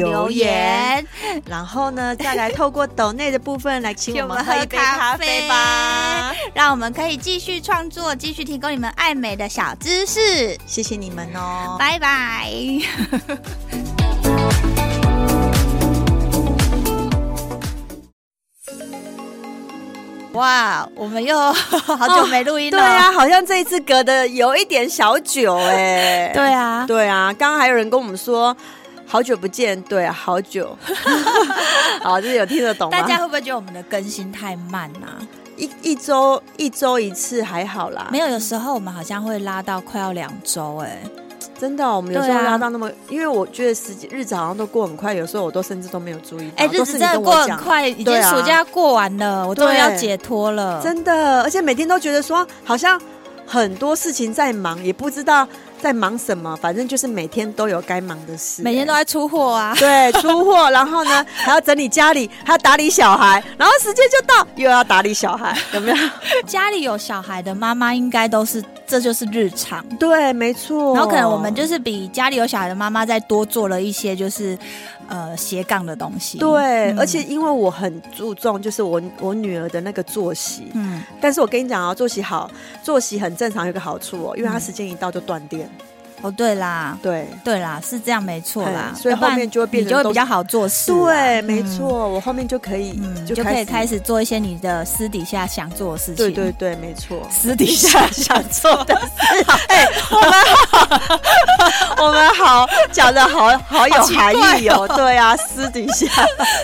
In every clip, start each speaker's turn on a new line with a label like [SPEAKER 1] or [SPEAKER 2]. [SPEAKER 1] 留言，
[SPEAKER 2] 然后呢，再来透过抖内的部分来请
[SPEAKER 1] 请
[SPEAKER 2] 我
[SPEAKER 1] 我
[SPEAKER 2] 们
[SPEAKER 1] 们
[SPEAKER 2] 喝
[SPEAKER 1] 喝
[SPEAKER 2] 一杯
[SPEAKER 1] 咖
[SPEAKER 2] 咖
[SPEAKER 1] 啡
[SPEAKER 2] 啡吧。
[SPEAKER 1] 让我们可以继续创作，继续提供你们爱美的小知识。
[SPEAKER 2] 谢谢你们哦。
[SPEAKER 1] 拜拜。哇，我们又好久没录音
[SPEAKER 2] 对
[SPEAKER 1] 了。
[SPEAKER 2] 啊，好像这一次隔的有一点小久哎、
[SPEAKER 1] 对啊，
[SPEAKER 2] 对啊，刚刚还有人跟我们说。好久不见，对、啊，好 久，好，这有听得懂吗？
[SPEAKER 1] 大家会不会觉得我们的更新太慢啊？
[SPEAKER 2] 一一周一周一次还好啦，
[SPEAKER 1] 没有，有时候我们好像会拉到快要两周哎。
[SPEAKER 2] 真的哦、我们有时
[SPEAKER 1] 对
[SPEAKER 2] 候
[SPEAKER 1] 啊
[SPEAKER 2] 拉到那么，因为我觉得时间日子好像都过很快，有时候我都甚至都没有注意到。
[SPEAKER 1] 哎、日
[SPEAKER 2] 都
[SPEAKER 1] 子
[SPEAKER 2] 是
[SPEAKER 1] 真的
[SPEAKER 2] 你跟
[SPEAKER 1] 过
[SPEAKER 2] 我
[SPEAKER 1] 很
[SPEAKER 2] 讲，
[SPEAKER 1] 快，已经
[SPEAKER 2] 对啊
[SPEAKER 1] 暑假过完了，我终于
[SPEAKER 2] 对
[SPEAKER 1] 要解脱了。
[SPEAKER 2] 真的，而且每天都觉得说好像很多事情在忙，也不知道在忙什么，反正就是每天都有该忙的事，。
[SPEAKER 1] 每天都在出货啊
[SPEAKER 2] 对出货，然后呢还要整理家里，还要打理小孩，然后时间就到又要打理小孩， 有没有？
[SPEAKER 1] 家里有小孩的妈妈应该都是，这就是日常。
[SPEAKER 2] 对，没错。
[SPEAKER 1] 然后可能我们就是比家里有小孩的妈妈再多做了一些，就是呃斜杠的东西。
[SPEAKER 2] 对，
[SPEAKER 1] 嗯
[SPEAKER 2] 而且因为我很注重就是我我女儿的那个作息，
[SPEAKER 1] 嗯，
[SPEAKER 2] 但是我跟你讲啊，作息好，作息很正常，有个好处哦，因为它时间一到就断电，
[SPEAKER 1] 哦对啦，
[SPEAKER 2] 对。
[SPEAKER 1] 对啦，是这样没错啦。
[SPEAKER 2] 嗯所以
[SPEAKER 1] 要不然
[SPEAKER 2] 后面就会变
[SPEAKER 1] 你
[SPEAKER 2] 成
[SPEAKER 1] 就会
[SPEAKER 2] 都
[SPEAKER 1] 比较好做事啦。
[SPEAKER 2] 对，没
[SPEAKER 1] 嗯
[SPEAKER 2] 错，。我后面就可以、
[SPEAKER 1] 嗯，
[SPEAKER 2] 就
[SPEAKER 1] 就可以开
[SPEAKER 2] 始，
[SPEAKER 1] 始做一些你的私底下想做的事情。。
[SPEAKER 2] 对对，对，没错
[SPEAKER 1] 私底 下想做的
[SPEAKER 2] 我们好讲的好好有含义哦，对啊，私底下，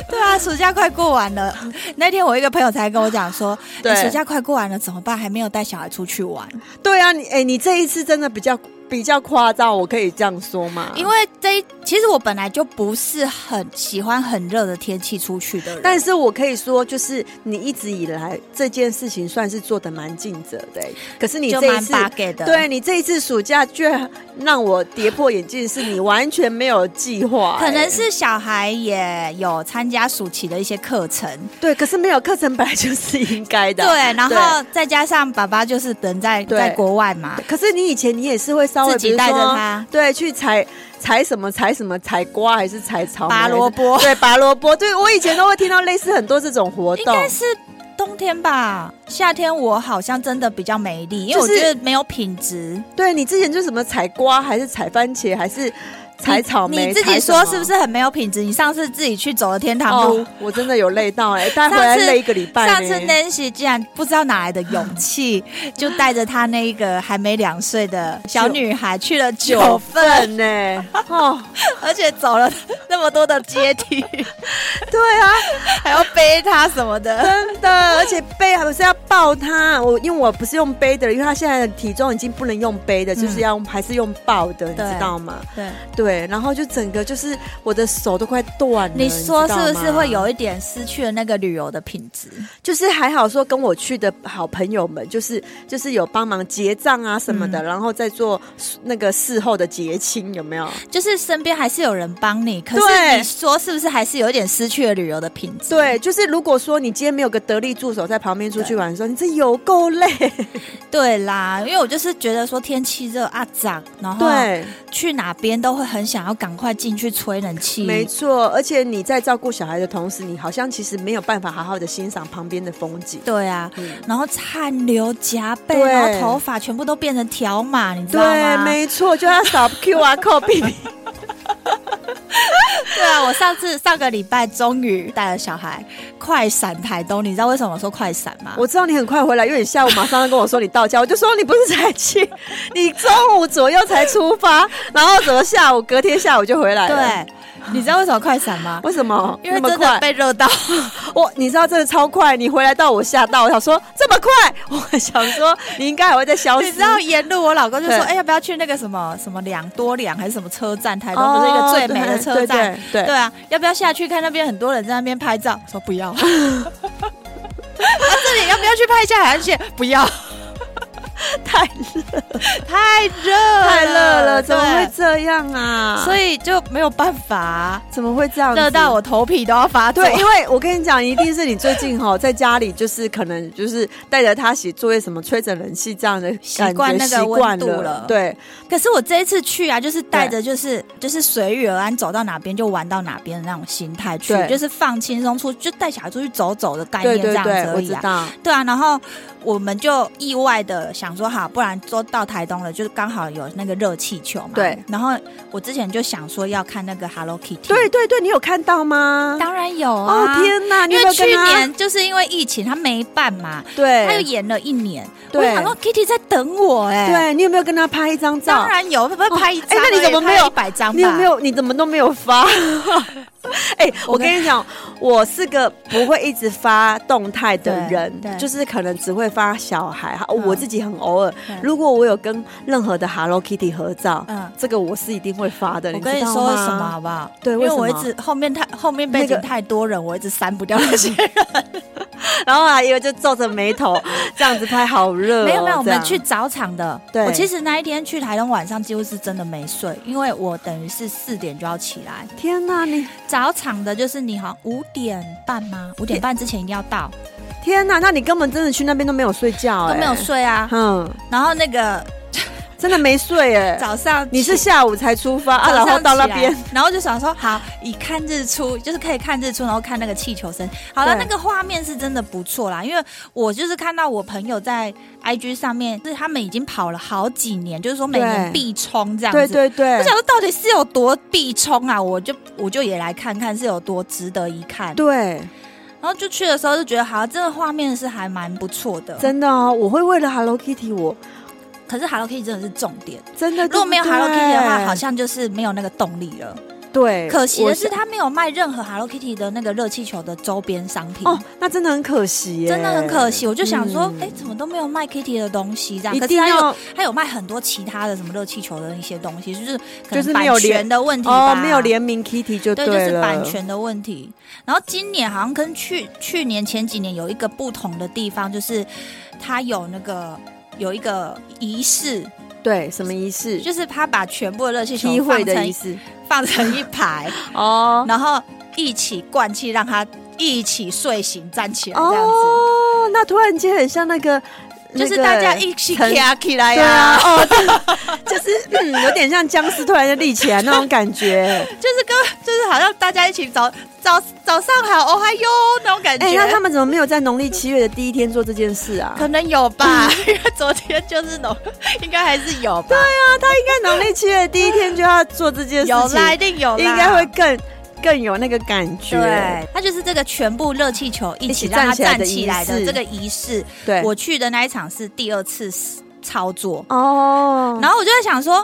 [SPEAKER 1] 对啊，暑假快过完了。 那天我一个朋友才跟我讲说，
[SPEAKER 2] 对
[SPEAKER 1] 欸暑假快过完了怎么办？还没有带小孩出去玩，
[SPEAKER 2] 对啊，你哎、你这一次真的比较比较夸张，我可以这样说吗？
[SPEAKER 1] 因为这一其实我本来就不是很喜欢很热的天气出去的人，
[SPEAKER 2] 但是我可以说，就是你一直以来这件事情算是做的蛮尽责的欸、可是你
[SPEAKER 1] 就
[SPEAKER 2] 这一
[SPEAKER 1] 蛮
[SPEAKER 2] 次。
[SPEAKER 1] 八给的。
[SPEAKER 2] 对，你这一次暑假居然让我跌破眼镜，是你完全没有计划欸、
[SPEAKER 1] 可能是小孩也有参加暑期的一些课程，
[SPEAKER 2] 对，可是没有课程本来就是应该的。
[SPEAKER 1] 对，然后再加上爸爸就是人在
[SPEAKER 2] 对
[SPEAKER 1] 在国外嘛，
[SPEAKER 2] 可是你以前你也是会稍微
[SPEAKER 1] 自己带着，他
[SPEAKER 2] 比如说对，去采采什么采什么采瓜还是采草莓
[SPEAKER 1] 拔萝卜
[SPEAKER 2] 对，拔萝卜。对我以前都会听到类似很多这种活
[SPEAKER 1] 应
[SPEAKER 2] 动，
[SPEAKER 1] 该是冬天吧，夏天我好像真的比较没力，因为我
[SPEAKER 2] 就是
[SPEAKER 1] 觉得没有品质。
[SPEAKER 2] 对你之前就什么采瓜还是采番茄还是采草莓
[SPEAKER 1] 你，自己
[SPEAKER 2] 采什么
[SPEAKER 1] 说是不？是很没有品质？你上次自己去走了天堂路，
[SPEAKER 2] 哦，我真的有累到哎、欸，待回来
[SPEAKER 1] 上次
[SPEAKER 2] 累一个礼拜呢。欸
[SPEAKER 1] 上次 Nancy 竟然不知道哪来的勇 气，就带着她那一个还没两岁的小女孩去了九
[SPEAKER 2] 九
[SPEAKER 1] 份，
[SPEAKER 2] 份呢、哦，
[SPEAKER 1] 而且走了那么多的阶梯，
[SPEAKER 2] 对啊，
[SPEAKER 1] 还要背她什么的。
[SPEAKER 2] 真的，而且背还不是要抱他，我因为我不是用背的，因为他现在的体重已经不能用背的，就是要还是用抱的，你
[SPEAKER 1] 对
[SPEAKER 2] 知道吗？
[SPEAKER 1] 嗯对，
[SPEAKER 2] 对，然后就整个就是我的手都快断了，
[SPEAKER 1] 你说
[SPEAKER 2] 知道吗
[SPEAKER 1] 是不是会？有一点失去了那个旅游的品质？
[SPEAKER 2] 就是还好说跟我去的好朋友们，就是就是有帮忙结账啊什么的，
[SPEAKER 1] 嗯
[SPEAKER 2] 然后再做那个事后的结清，有没有？
[SPEAKER 1] 就是身边还是有人帮你，可是
[SPEAKER 2] 对
[SPEAKER 1] 你说是不是还是有一点失去了旅游的品质？
[SPEAKER 2] 对，就是如果说你今天没有个得力助手在旁边出去玩的时候，你这有够累。
[SPEAKER 1] 对啦，因为我就是觉得说天气热啊涨，然后
[SPEAKER 2] 对，
[SPEAKER 1] 去哪边都会很想要赶快进去吹冷气。
[SPEAKER 2] 没错，而且你在照顾小孩的同时，你好像其实没有办法好好的欣赏旁边的风景。
[SPEAKER 1] 对啊，
[SPEAKER 2] 嗯
[SPEAKER 1] 然后汗流浃背，
[SPEAKER 2] 对
[SPEAKER 1] 然后头发全部都变成条码，你知道
[SPEAKER 2] 对，
[SPEAKER 1] 吗？
[SPEAKER 2] 没错，就要扫啊 QR code 比比。
[SPEAKER 1] 对啊，我上次上个礼拜终于带了小孩快闪台东，你知道为什么我说快闪吗？
[SPEAKER 2] 我知道你很快回来，因为你下午马上要跟我说你到家，我就说你不是才去，你中午左右才出发，然后怎么下午隔天下午就回来了？
[SPEAKER 1] 对，你知道为什么快闪吗？
[SPEAKER 2] 为什么
[SPEAKER 1] 因为
[SPEAKER 2] 那么
[SPEAKER 1] 真的
[SPEAKER 2] 快？
[SPEAKER 1] 被热到，
[SPEAKER 2] 我你知道真的超快，你回来到我吓到，我想说这么快，我想说你应该还会再消失。
[SPEAKER 1] 你知道沿路我老公就说：“
[SPEAKER 2] 对
[SPEAKER 1] 哎、要不要去那个什么什么两多两还是什么车站？台东
[SPEAKER 2] 哦
[SPEAKER 1] 不是一个最美的车站？
[SPEAKER 2] 对对对
[SPEAKER 1] 啊，要不要下去看那边很多人在那边拍照？”说不 要。啊，这里要不要去拍一下海岸线？不要，
[SPEAKER 2] 太
[SPEAKER 1] 太热了，
[SPEAKER 2] 太热了，怎这样啊？
[SPEAKER 1] 所
[SPEAKER 2] 以
[SPEAKER 1] 以就没有办法啊、
[SPEAKER 2] 怎么会这样子？
[SPEAKER 1] 热到我头皮都要发作。
[SPEAKER 2] 对，因为我跟你讲，一定是你最近哈在家里，就是可能就是带着他写作业什么，吹着冷气这样的
[SPEAKER 1] 习
[SPEAKER 2] 感觉
[SPEAKER 1] 惯那个
[SPEAKER 2] 习惯
[SPEAKER 1] 温度了
[SPEAKER 2] 了。对，
[SPEAKER 1] 可是我这一次去啊，就是带着就是就是随遇而安，走到哪边就玩到哪边的那种心态去，
[SPEAKER 2] 对
[SPEAKER 1] 就是放轻松出，就带小孩出去走走的概
[SPEAKER 2] 对
[SPEAKER 1] 念这
[SPEAKER 2] 对
[SPEAKER 1] 样子
[SPEAKER 2] 对，
[SPEAKER 1] 而
[SPEAKER 2] 我
[SPEAKER 1] 已
[SPEAKER 2] 知
[SPEAKER 1] 啊。
[SPEAKER 2] 道。
[SPEAKER 1] 对啊，然后我们就意外的想说，好，不然都到台东了，就是刚好有那个热气球嘛。
[SPEAKER 2] 对。
[SPEAKER 1] 然后我之前就想说要看那个 Hello Kitty。
[SPEAKER 2] 对，对对，你有看到吗？
[SPEAKER 1] 当然有
[SPEAKER 2] 哦
[SPEAKER 1] 啊。
[SPEAKER 2] 天哪，你
[SPEAKER 1] 因
[SPEAKER 2] 有没
[SPEAKER 1] 为
[SPEAKER 2] 有
[SPEAKER 1] 去
[SPEAKER 2] 跟他
[SPEAKER 1] 年就是因为疫情，他没办嘛，他又
[SPEAKER 2] 对
[SPEAKER 1] 演了一年。我
[SPEAKER 2] 对
[SPEAKER 1] 想说 Kitty 在等我哎、。
[SPEAKER 2] 对，你有没有跟他拍一张照
[SPEAKER 1] 当？然有，不不拍一张而已、
[SPEAKER 2] 哎那你怎么没有
[SPEAKER 1] 一百张吧？
[SPEAKER 2] 你有没有？你怎么都没有 发？哎、我
[SPEAKER 1] 我跟
[SPEAKER 2] 跟你讲，我是个不会一直发动态的人
[SPEAKER 1] 对对，
[SPEAKER 2] 就是可能只会发小孩，
[SPEAKER 1] 嗯
[SPEAKER 2] 我自己很偶尔
[SPEAKER 1] 对。
[SPEAKER 2] 如果我有跟任何的 Hello Kitty 合照，
[SPEAKER 1] 嗯
[SPEAKER 2] 这个我是一定会发的。
[SPEAKER 1] 我跟你
[SPEAKER 2] 知道
[SPEAKER 1] 说为
[SPEAKER 2] 吗
[SPEAKER 1] 什么？好不好？
[SPEAKER 2] 对
[SPEAKER 1] 因
[SPEAKER 2] 为
[SPEAKER 1] 为
[SPEAKER 2] 什
[SPEAKER 1] 我一
[SPEAKER 2] 么
[SPEAKER 1] 直后面太后面背景
[SPEAKER 2] 那个
[SPEAKER 1] 太多人，我一直删不掉那些 人。
[SPEAKER 2] 然后还有就皱着眉头这样子拍，好热、哦。
[SPEAKER 1] 没有没有，我
[SPEAKER 2] 这
[SPEAKER 1] 们
[SPEAKER 2] 样
[SPEAKER 1] 去早场的。
[SPEAKER 2] 对
[SPEAKER 1] 我其实那一天去台东晚上几乎是真的没睡，因为我等于是四点就要起来。
[SPEAKER 2] 天哪、你
[SPEAKER 1] 早场的就是你好像五点半吗？五点半之前一定要到，
[SPEAKER 2] 天哪、那你根本真的去那边都没有睡觉、
[SPEAKER 1] 都没有
[SPEAKER 2] 哎，
[SPEAKER 1] 睡啊。
[SPEAKER 2] 嗯，
[SPEAKER 1] 然后那个
[SPEAKER 2] 真的没睡哎、
[SPEAKER 1] 早上
[SPEAKER 2] 你是
[SPEAKER 1] 起。
[SPEAKER 2] 下午才出发啊， 然后到那
[SPEAKER 1] 早上
[SPEAKER 2] 边
[SPEAKER 1] 起来，然后就想说好，以看日出，就是可以看日出，然后看那个气球声。好了，那
[SPEAKER 2] 对
[SPEAKER 1] 个画面是真的不错啦，因为我就是看到我朋友在 IG 上面，就是他们已经跑了好几年，就是说每年
[SPEAKER 2] 对
[SPEAKER 1] 必冲这样子。
[SPEAKER 2] 对对对，
[SPEAKER 1] 我想说到底是有多必冲啊！我就我就也来看看是有多值得一看。
[SPEAKER 2] 对，
[SPEAKER 1] 然后就去的时候就觉得，好，这个画面是还蛮不错的。
[SPEAKER 2] 真的哦，我会为了 Hello Kitty，我
[SPEAKER 1] 可是 Hello Kitty 真的是重点，
[SPEAKER 2] 真的
[SPEAKER 1] 如果没有
[SPEAKER 2] 对不
[SPEAKER 1] Hello
[SPEAKER 2] 对
[SPEAKER 1] Kitty 的话，好像就是没有那个动力了。
[SPEAKER 2] 对，
[SPEAKER 1] 可惜的是，
[SPEAKER 2] 我
[SPEAKER 1] 他没有卖任何 Hello Kitty 的那个热气球的周边商品。
[SPEAKER 2] 哦，那真的很可惜耶，
[SPEAKER 1] 真的很可惜，我就想说，
[SPEAKER 2] 嗯
[SPEAKER 1] 哎、怎么都没有卖 Kitty 的东西这样？
[SPEAKER 2] 一
[SPEAKER 1] 可是
[SPEAKER 2] 定
[SPEAKER 1] 他有
[SPEAKER 2] 要
[SPEAKER 1] 他有卖很多其他的什么热气球的一些东西，就是可
[SPEAKER 2] 就
[SPEAKER 1] 能
[SPEAKER 2] 是
[SPEAKER 1] 版
[SPEAKER 2] 没有联
[SPEAKER 1] 权的问题吧，
[SPEAKER 2] 哦，没有联名 Kitty 就
[SPEAKER 1] 对，
[SPEAKER 2] 了，
[SPEAKER 1] 就是版权的问题。然后今年好像跟去去年前几年有一个不同的地方，就是它有那个有一个仪式，
[SPEAKER 2] 对什么仪式？
[SPEAKER 1] 就是他把全部的热气
[SPEAKER 2] 机
[SPEAKER 1] 球
[SPEAKER 2] 会
[SPEAKER 1] 放
[SPEAKER 2] 的仪
[SPEAKER 1] 成
[SPEAKER 2] 式
[SPEAKER 1] 放成一排，
[SPEAKER 2] 哦
[SPEAKER 1] 然后一起灌气，让它一起睡醒站起来这样子，
[SPEAKER 2] 哦，那突然间很像那个，
[SPEAKER 1] 就是
[SPEAKER 2] 那个
[SPEAKER 1] 大家一起
[SPEAKER 2] 层
[SPEAKER 1] 卡起来
[SPEAKER 2] 对
[SPEAKER 1] 呀、
[SPEAKER 2] 啊，哦， 这就是嗯有点像僵尸突然间立起来那种感觉。
[SPEAKER 1] 就是跟就是好像大家一起早早早上好，哦嗨哟那种 感觉。
[SPEAKER 2] 哎、那他们怎么没有在农历七月的第一天做这件事啊？
[SPEAKER 1] 可能有吧，因为昨天就是那种，应该还是 有吧。
[SPEAKER 2] 啊应该农历七月的第一天就要做这件事
[SPEAKER 1] 有
[SPEAKER 2] 情，
[SPEAKER 1] 啦，一定有啦，
[SPEAKER 2] 应该会更更有那个感觉。
[SPEAKER 1] 对，它就是这个全部热气球一
[SPEAKER 2] 一
[SPEAKER 1] 起
[SPEAKER 2] 起
[SPEAKER 1] 让它
[SPEAKER 2] 站起来
[SPEAKER 1] 站
[SPEAKER 2] 的
[SPEAKER 1] 起
[SPEAKER 2] 仪
[SPEAKER 1] 来的
[SPEAKER 2] 式
[SPEAKER 1] 这个仪式。
[SPEAKER 2] 对
[SPEAKER 1] 我去的那一场是第二次操作，
[SPEAKER 2] 哦，
[SPEAKER 1] 然后我就在想说，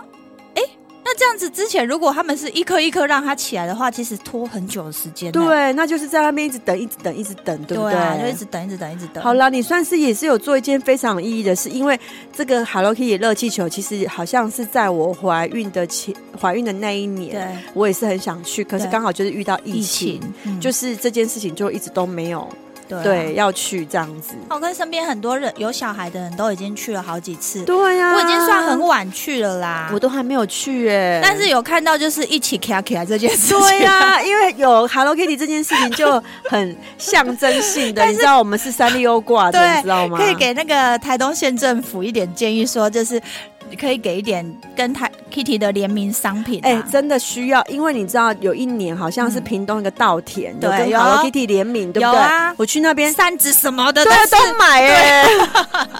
[SPEAKER 1] 哎，那这样子之前如果他们是一颗一颗让它起来的话，其实拖很久的时间呢。啊
[SPEAKER 2] 对，那就是在那边一直等，一直等，一直等，对不对？
[SPEAKER 1] 对啊，就一直等，一直等，一直等。
[SPEAKER 2] 好，啦，你算是也是有做一件非常有意义的事，因为这个 Hello Kitty 热气球其实好像是在我怀孕的前怀孕的那一年，
[SPEAKER 1] 对，
[SPEAKER 2] 我也是很想去，可是
[SPEAKER 1] 对
[SPEAKER 2] 刚好就是遇到疫
[SPEAKER 1] 疫
[SPEAKER 2] 情，
[SPEAKER 1] 情嗯
[SPEAKER 2] 就是这件事情就一直都没有
[SPEAKER 1] 对啊
[SPEAKER 2] 对。要去这样子。
[SPEAKER 1] 我跟身边很多人有小孩的人都已经去了好几次，
[SPEAKER 2] 对呀、
[SPEAKER 1] 我已经算很，晚去了啦
[SPEAKER 2] 我。都还没有去耶、
[SPEAKER 1] 但是有看到就是一起卡起来这件事情，
[SPEAKER 2] 对呀、 因为有 Hello Kitty 这件事情就很象征性的，
[SPEAKER 1] 但是
[SPEAKER 2] 你知道我们是三丽鸥挂的，
[SPEAKER 1] 对
[SPEAKER 2] 你知道吗？
[SPEAKER 1] 可以给那个台东县政府一点建议，说就是可以给一点跟台 Kitty 的联名商品、啊。
[SPEAKER 2] 哎、真的需要，因为你知道有一年好像是
[SPEAKER 1] 嗯
[SPEAKER 2] 屏东一个稻田、有
[SPEAKER 1] 对
[SPEAKER 2] 跟
[SPEAKER 1] 有啊
[SPEAKER 2] Hello Kitty 联名，对
[SPEAKER 1] 有
[SPEAKER 2] 不对？
[SPEAKER 1] 啊
[SPEAKER 2] 我去那边，
[SPEAKER 1] 扇子什么的都
[SPEAKER 2] 对啊，
[SPEAKER 1] 是
[SPEAKER 2] 都买哎、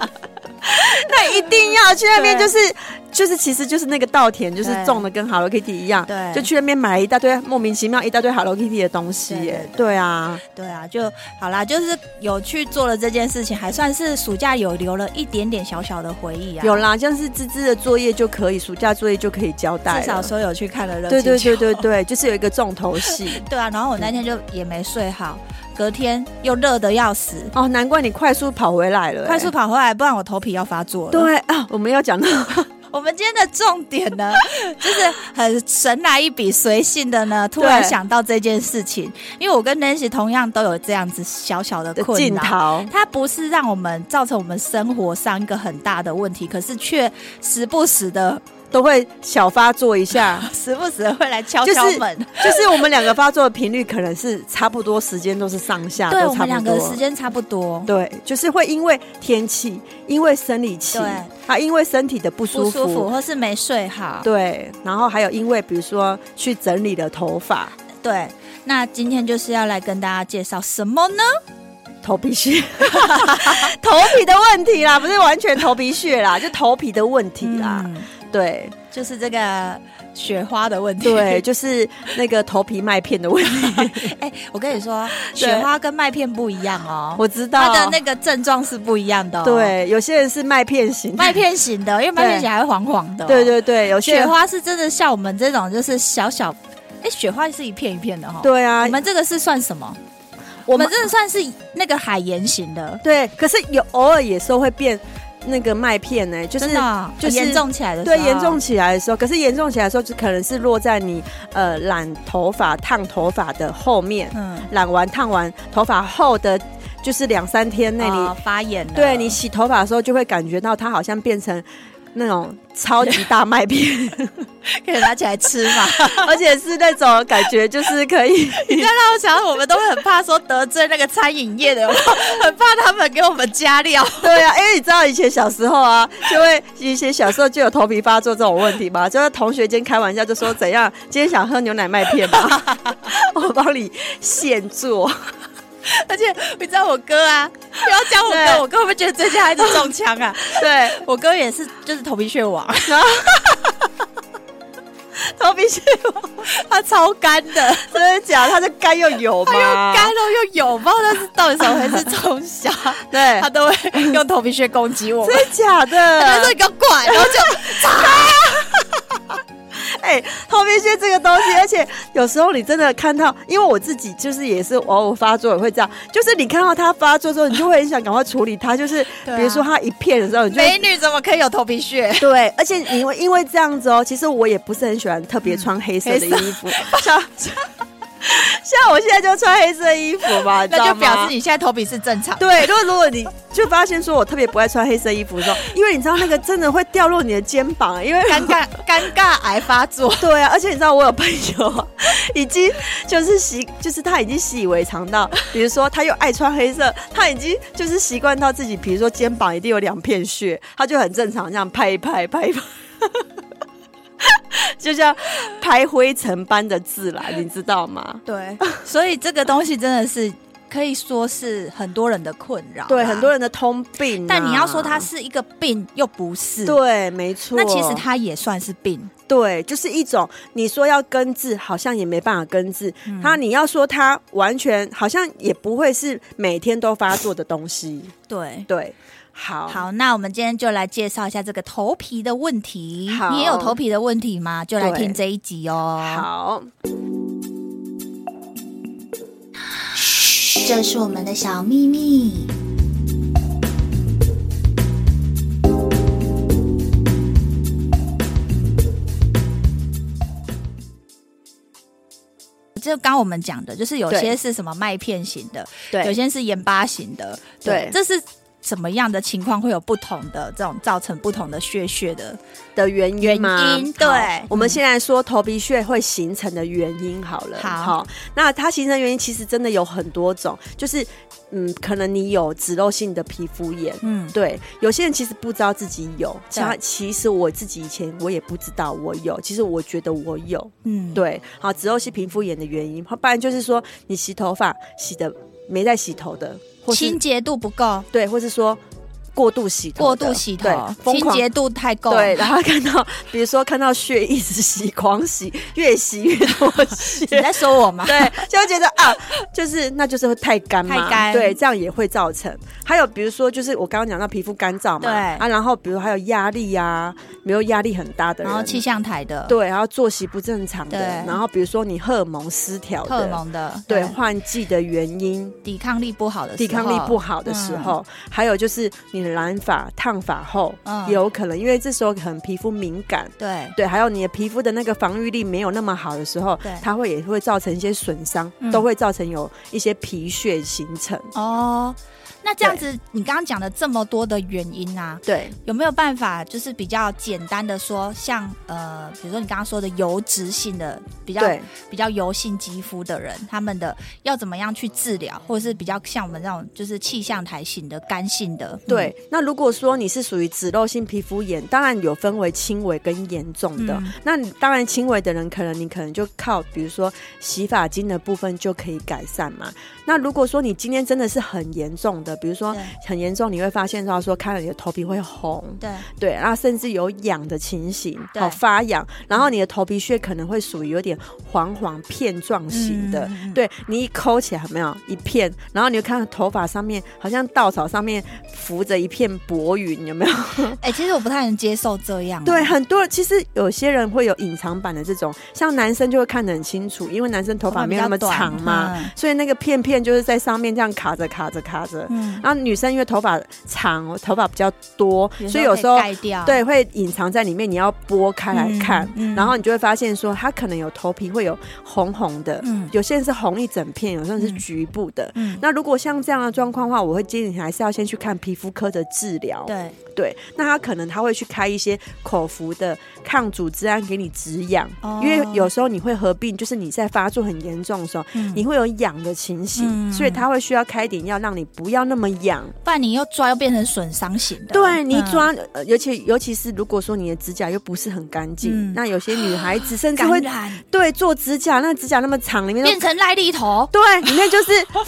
[SPEAKER 2] 那一定要去那边，
[SPEAKER 1] 对
[SPEAKER 2] 就是就是，其实就是那个稻田，就是
[SPEAKER 1] 对
[SPEAKER 2] 种的跟 Hello Kitty 一样，
[SPEAKER 1] 对
[SPEAKER 2] 就去那边买了一大堆莫名其妙一大堆 Hello Kitty 的东西
[SPEAKER 1] 对
[SPEAKER 2] 耶、
[SPEAKER 1] 对对
[SPEAKER 2] 对啊，
[SPEAKER 1] 对啊，就好啦，就是有去做了这件事情，还算是暑假有留了一点点小小的回忆啊。
[SPEAKER 2] 有啦，像是芝芝的作业就可以，暑假作业就可以交代了，
[SPEAKER 1] 至少说有去看了热
[SPEAKER 2] 对
[SPEAKER 1] 气球哦
[SPEAKER 2] 对对对对，就是有一个重头 戏
[SPEAKER 1] 对啊，然后我那天就也没睡好，隔天又热的要死，
[SPEAKER 2] 哦，难怪你快速跑回来了、欸
[SPEAKER 1] 快速。跑回来，不然我头皮要发作了。
[SPEAKER 2] 对啊，我们要讲到
[SPEAKER 1] 我们今天的重点呢， 就是很神来一笔随性的呢，突然
[SPEAKER 2] 对
[SPEAKER 1] 想到这件事情，因为我跟 Nancy 同样都有这样子小小的困
[SPEAKER 2] 镜
[SPEAKER 1] 扰。
[SPEAKER 2] 头，
[SPEAKER 1] 它不是让我们造成我们生活上一个很大的问题，可是却时不时的
[SPEAKER 2] 都会小发作一下，
[SPEAKER 1] 时不时会来敲
[SPEAKER 2] 啊就是
[SPEAKER 1] 敲门。
[SPEAKER 2] 就是我们两个发作的频率可能是差不多，时间都是上下，
[SPEAKER 1] 对
[SPEAKER 2] 都
[SPEAKER 1] 我
[SPEAKER 2] 差
[SPEAKER 1] 们
[SPEAKER 2] 不
[SPEAKER 1] 两个
[SPEAKER 2] 多。
[SPEAKER 1] 时间差不多，
[SPEAKER 2] 对，就是会因为天气，因为生理期
[SPEAKER 1] 对，
[SPEAKER 2] 啊，因为身体的不舒
[SPEAKER 1] 不
[SPEAKER 2] 服，
[SPEAKER 1] 舒服或是没睡好。
[SPEAKER 2] 对，然后还有因为比如说去整理了头发、
[SPEAKER 1] 对，那今天就是要来跟大家介绍什么呢？
[SPEAKER 2] 头皮屑、 头皮的问题啦，不是完全头皮屑啦，就头皮的问题啦。
[SPEAKER 1] 嗯
[SPEAKER 2] 对
[SPEAKER 1] 就是这个雪花的问题。
[SPEAKER 2] 对，， 就是那个头皮麦片的问题，
[SPEAKER 1] 哎、我跟你说，
[SPEAKER 2] 对
[SPEAKER 1] 雪花跟麦片不一样哦，
[SPEAKER 2] 我知道。
[SPEAKER 1] 它的那个症状是不一样的、哦。，
[SPEAKER 2] 对， 有些人是麦片型，
[SPEAKER 1] 麦片型的，因为麦片型还会黄黄的、
[SPEAKER 2] 对，对对，有些
[SPEAKER 1] 雪
[SPEAKER 2] 人
[SPEAKER 1] 花是真的像我们这种，就是小小，哎、雪花是一片一片的哈、哦。，
[SPEAKER 2] 对啊
[SPEAKER 1] 我，们这个是算什么？
[SPEAKER 2] 我
[SPEAKER 1] 我们这个算是那个海盐型的，
[SPEAKER 2] 对，可是有偶尔也是会变那个麦片呢、就是
[SPEAKER 1] 真的哦、
[SPEAKER 2] 就是
[SPEAKER 1] 严重起来的时候。啊
[SPEAKER 2] 对严重起来的时候，可是严重起来的时候，就可能是落在你呃染头发、烫头发的后面，
[SPEAKER 1] 嗯，
[SPEAKER 2] 染完烫完头发后的，就是两三天内你、
[SPEAKER 1] 哦发炎了，
[SPEAKER 2] 对你洗头发的时候，就会感觉到它好像变成那种超级大麦片，
[SPEAKER 1] 可以拿起来吃嘛。
[SPEAKER 2] 而且是那种感觉就是可以。
[SPEAKER 1] 你要让我想，我们都很怕说得罪那个餐饮业的， 很怕他们给我们加料。
[SPEAKER 2] 对啊，因为你知道以前小时候啊，就会以前小时候就有头皮发作这种问题嘛，就是同学间开玩笑就说怎样，今天想喝牛奶麦片吗？ 我帮你现做，
[SPEAKER 1] 而且你知道我哥啊，不要讲我
[SPEAKER 2] 对
[SPEAKER 1] 哥，我哥会不会觉得最近孩子中枪啊？
[SPEAKER 2] 对，
[SPEAKER 1] 我哥也是，就是头皮屑王，
[SPEAKER 2] 头皮屑
[SPEAKER 1] 他超干的，
[SPEAKER 2] 真的假的？它是干又油吗？
[SPEAKER 1] 他又干了又有，不知道他是到底怎么回事，从小
[SPEAKER 2] 对
[SPEAKER 1] 他，都会用头皮屑攻击我们
[SPEAKER 2] 真。的假
[SPEAKER 1] 他就说
[SPEAKER 2] 的？
[SPEAKER 1] 你给我滚，然后就
[SPEAKER 2] 哎、头皮屑这个东 西，而且有时候你真的看到，因为我自己就是也是偶尔发作也会这样，就是你看到它发作之后，你就会很想赶快处理它，就是、
[SPEAKER 1] 对啊
[SPEAKER 2] 比如说它一片的时候，你就会
[SPEAKER 1] 美女怎么可以有头皮 屑？
[SPEAKER 2] 对，而且因为因为这样子哦，其实我也不是很喜欢特别穿黑色的衣服，像像 像我现在就穿黑色衣服 嘛，你知
[SPEAKER 1] 那
[SPEAKER 2] 道
[SPEAKER 1] 就
[SPEAKER 2] 吗
[SPEAKER 1] 表示你现在头皮是正常。
[SPEAKER 2] 对。如果如果你就发现说我特别不爱穿黑色衣服的时候，因为你知道那个真的会掉落你的肩膀，因为
[SPEAKER 1] 尴尬尴尬癌发作，
[SPEAKER 2] 对啊，而且你知道我有朋友啊已经就是习，就是他已经习以为常到，比如说他又爱穿黑色，他已经就是习惯到自己，比如说肩膀一定有两片血，他就很正常这样拍一拍拍 一拍。就像拍灰尘般的自然，你知道吗？
[SPEAKER 1] 对，所以这个东西真的是可以说是很多人的困扰，
[SPEAKER 2] 对，很多。人的通病啊、
[SPEAKER 1] 但你要说它是一个病，又不是，，
[SPEAKER 2] 对，没错。
[SPEAKER 1] 那其实它也算是病，
[SPEAKER 2] 对，就是一种你说要根治，好像也没办法根治。
[SPEAKER 1] 嗯
[SPEAKER 2] 它你要说它完全好像也不会是每天都发作的东西。
[SPEAKER 1] 对。
[SPEAKER 2] 对，好，，
[SPEAKER 1] 好，那我们今天就来介绍一下这个头皮的问题。
[SPEAKER 2] 好
[SPEAKER 1] 你也有头皮的问题吗？就来
[SPEAKER 2] 对
[SPEAKER 1] 听这一集哦。
[SPEAKER 2] 好，
[SPEAKER 1] 这是我们的小秘密。就刚我们讲的，就是有
[SPEAKER 2] 对
[SPEAKER 1] 些是什么麦片型的，有
[SPEAKER 2] 对，
[SPEAKER 1] 些是盐巴型的，
[SPEAKER 2] 对
[SPEAKER 1] 这是什么样的情况会有不同的这种造成不同的血血的？
[SPEAKER 2] 的原因吗
[SPEAKER 1] 原因对
[SPEAKER 2] 好我们
[SPEAKER 1] 嗯
[SPEAKER 2] 先来说头皮屑会形成的原因好了。
[SPEAKER 1] 好
[SPEAKER 2] 那它形成的原因其实真的有很多种，就是嗯，可能你有脂漏性的皮肤炎。
[SPEAKER 1] 嗯，
[SPEAKER 2] 对，有些人其实不知道自己有，其
[SPEAKER 1] 对
[SPEAKER 2] 他其实我自己以前我也不知道我有，其实我觉得我有，
[SPEAKER 1] 嗯，
[SPEAKER 2] 对，好，脂漏性皮肤炎的原因，不然就是说你洗头发洗的没在洗头的，或是
[SPEAKER 1] 清洁度不够，
[SPEAKER 2] 对，或是说过度洗头的，
[SPEAKER 1] 过度洗头
[SPEAKER 2] 对，疯
[SPEAKER 1] 清
[SPEAKER 2] 狂
[SPEAKER 1] 洁度太够，
[SPEAKER 2] 对，然后看到比如说看到血一直洗，狂洗，越洗越多
[SPEAKER 1] 你
[SPEAKER 2] 血。
[SPEAKER 1] 在说我吗？
[SPEAKER 2] 对，就会觉得啊，就是那就是会太干嘛，
[SPEAKER 1] 太干
[SPEAKER 2] 对，这样也会造成。还有比如说，就是我刚刚讲到皮肤干燥嘛，
[SPEAKER 1] 对
[SPEAKER 2] 啊，然后比如还有压力啊，没有压力很大的人，
[SPEAKER 1] 然后气象台的，
[SPEAKER 2] 对，然后作息不正常的
[SPEAKER 1] 对，
[SPEAKER 2] 然后比如说你荷尔蒙失调
[SPEAKER 1] 荷尔
[SPEAKER 2] 的，
[SPEAKER 1] 蒙的，
[SPEAKER 2] 对，换季的原因，
[SPEAKER 1] 抵抗力不好的时候，
[SPEAKER 2] 抵抗力不好的时候，还有就是你染发、烫发后，
[SPEAKER 1] 嗯
[SPEAKER 2] 也有可能因为这时候可能皮肤敏感。
[SPEAKER 1] 对，
[SPEAKER 2] 对，还有你的皮肤的那个防御力没有那么好的时候
[SPEAKER 1] 对，
[SPEAKER 2] 它会也会造成一些损伤，
[SPEAKER 1] 嗯
[SPEAKER 2] 都会造成有一些皮屑形成。
[SPEAKER 1] 哦。那这样子，你刚刚讲的这么多的原因啊，
[SPEAKER 2] 对，
[SPEAKER 1] 有没有办法就是比较简单的说，像呃，比如说你刚刚说的油脂性的比较
[SPEAKER 2] 对，
[SPEAKER 1] 比较油性肌肤的人，他们的要怎么样去治疗，或者是比较像我们这种就是气象台型的干性的，嗯
[SPEAKER 2] 对，，那如果说你是属于脂漏性皮肤炎，当然有分为轻微跟严重的。
[SPEAKER 1] 嗯
[SPEAKER 2] 那你当然轻微的人，可能你可能就靠比如说洗发精的部分就可以改善嘛。那如果说你今天真的是很严重的，比如说
[SPEAKER 1] 对
[SPEAKER 2] 很严重，你会发现到说看了你的头皮会红，
[SPEAKER 1] 对
[SPEAKER 2] 对，然后甚至有痒的情形，
[SPEAKER 1] 对
[SPEAKER 2] 好发痒，然后你的头皮屑可能会属于有点黄黄片状型的。
[SPEAKER 1] 嗯嗯嗯
[SPEAKER 2] 对你一抠起来，有没有一片？然后你就看到头发上面好像稻草上面浮着一片薄云，有没 有？
[SPEAKER 1] 哎、其实我不太能接受这样、
[SPEAKER 2] 对，，很多人其实有些人会有隐藏版的这种，像男生就会看得很清楚，因为男生头发没有那么长嘛，
[SPEAKER 1] 嗯
[SPEAKER 2] 所以那个片片就是在上面这样卡着卡着卡着。
[SPEAKER 1] 嗯，
[SPEAKER 2] 然后女生因为头发长，头发比较多，所以有时
[SPEAKER 1] 可
[SPEAKER 2] 候
[SPEAKER 1] 盖掉，
[SPEAKER 2] 对，会隐藏在里面，你要剥开来看，
[SPEAKER 1] 嗯嗯
[SPEAKER 2] 然后你就会发现说，它可能有头皮会有红红的，
[SPEAKER 1] 嗯
[SPEAKER 2] 有些人是红一整片，有些人是
[SPEAKER 1] 嗯
[SPEAKER 2] 局部的。
[SPEAKER 1] 嗯，
[SPEAKER 2] 那如果像这样的状况的话，我会建议你还是要先去看皮肤科的治疗。
[SPEAKER 1] 对，
[SPEAKER 2] 对那他可能他会去开一些口服的抗组织胺给你止痒，
[SPEAKER 1] 哦
[SPEAKER 2] 因为有时候你会合并，就是你在发作很严重的时候，
[SPEAKER 1] 嗯
[SPEAKER 2] 你会有痒的情形，
[SPEAKER 1] 嗯
[SPEAKER 2] 所以他会需要开一点药让你不要那么痒。
[SPEAKER 1] 不然你又抓又变成损伤型的，
[SPEAKER 2] 对你一
[SPEAKER 1] 嗯
[SPEAKER 2] 抓，呃尤其尤其是如果说你的指甲又不是很干净，
[SPEAKER 1] 嗯
[SPEAKER 2] 那有些女孩子甚至
[SPEAKER 1] 感
[SPEAKER 2] 会
[SPEAKER 1] 染
[SPEAKER 2] 对做指甲，那指甲那么长，里面都
[SPEAKER 1] 变成癞痢头，
[SPEAKER 2] 对，里面就是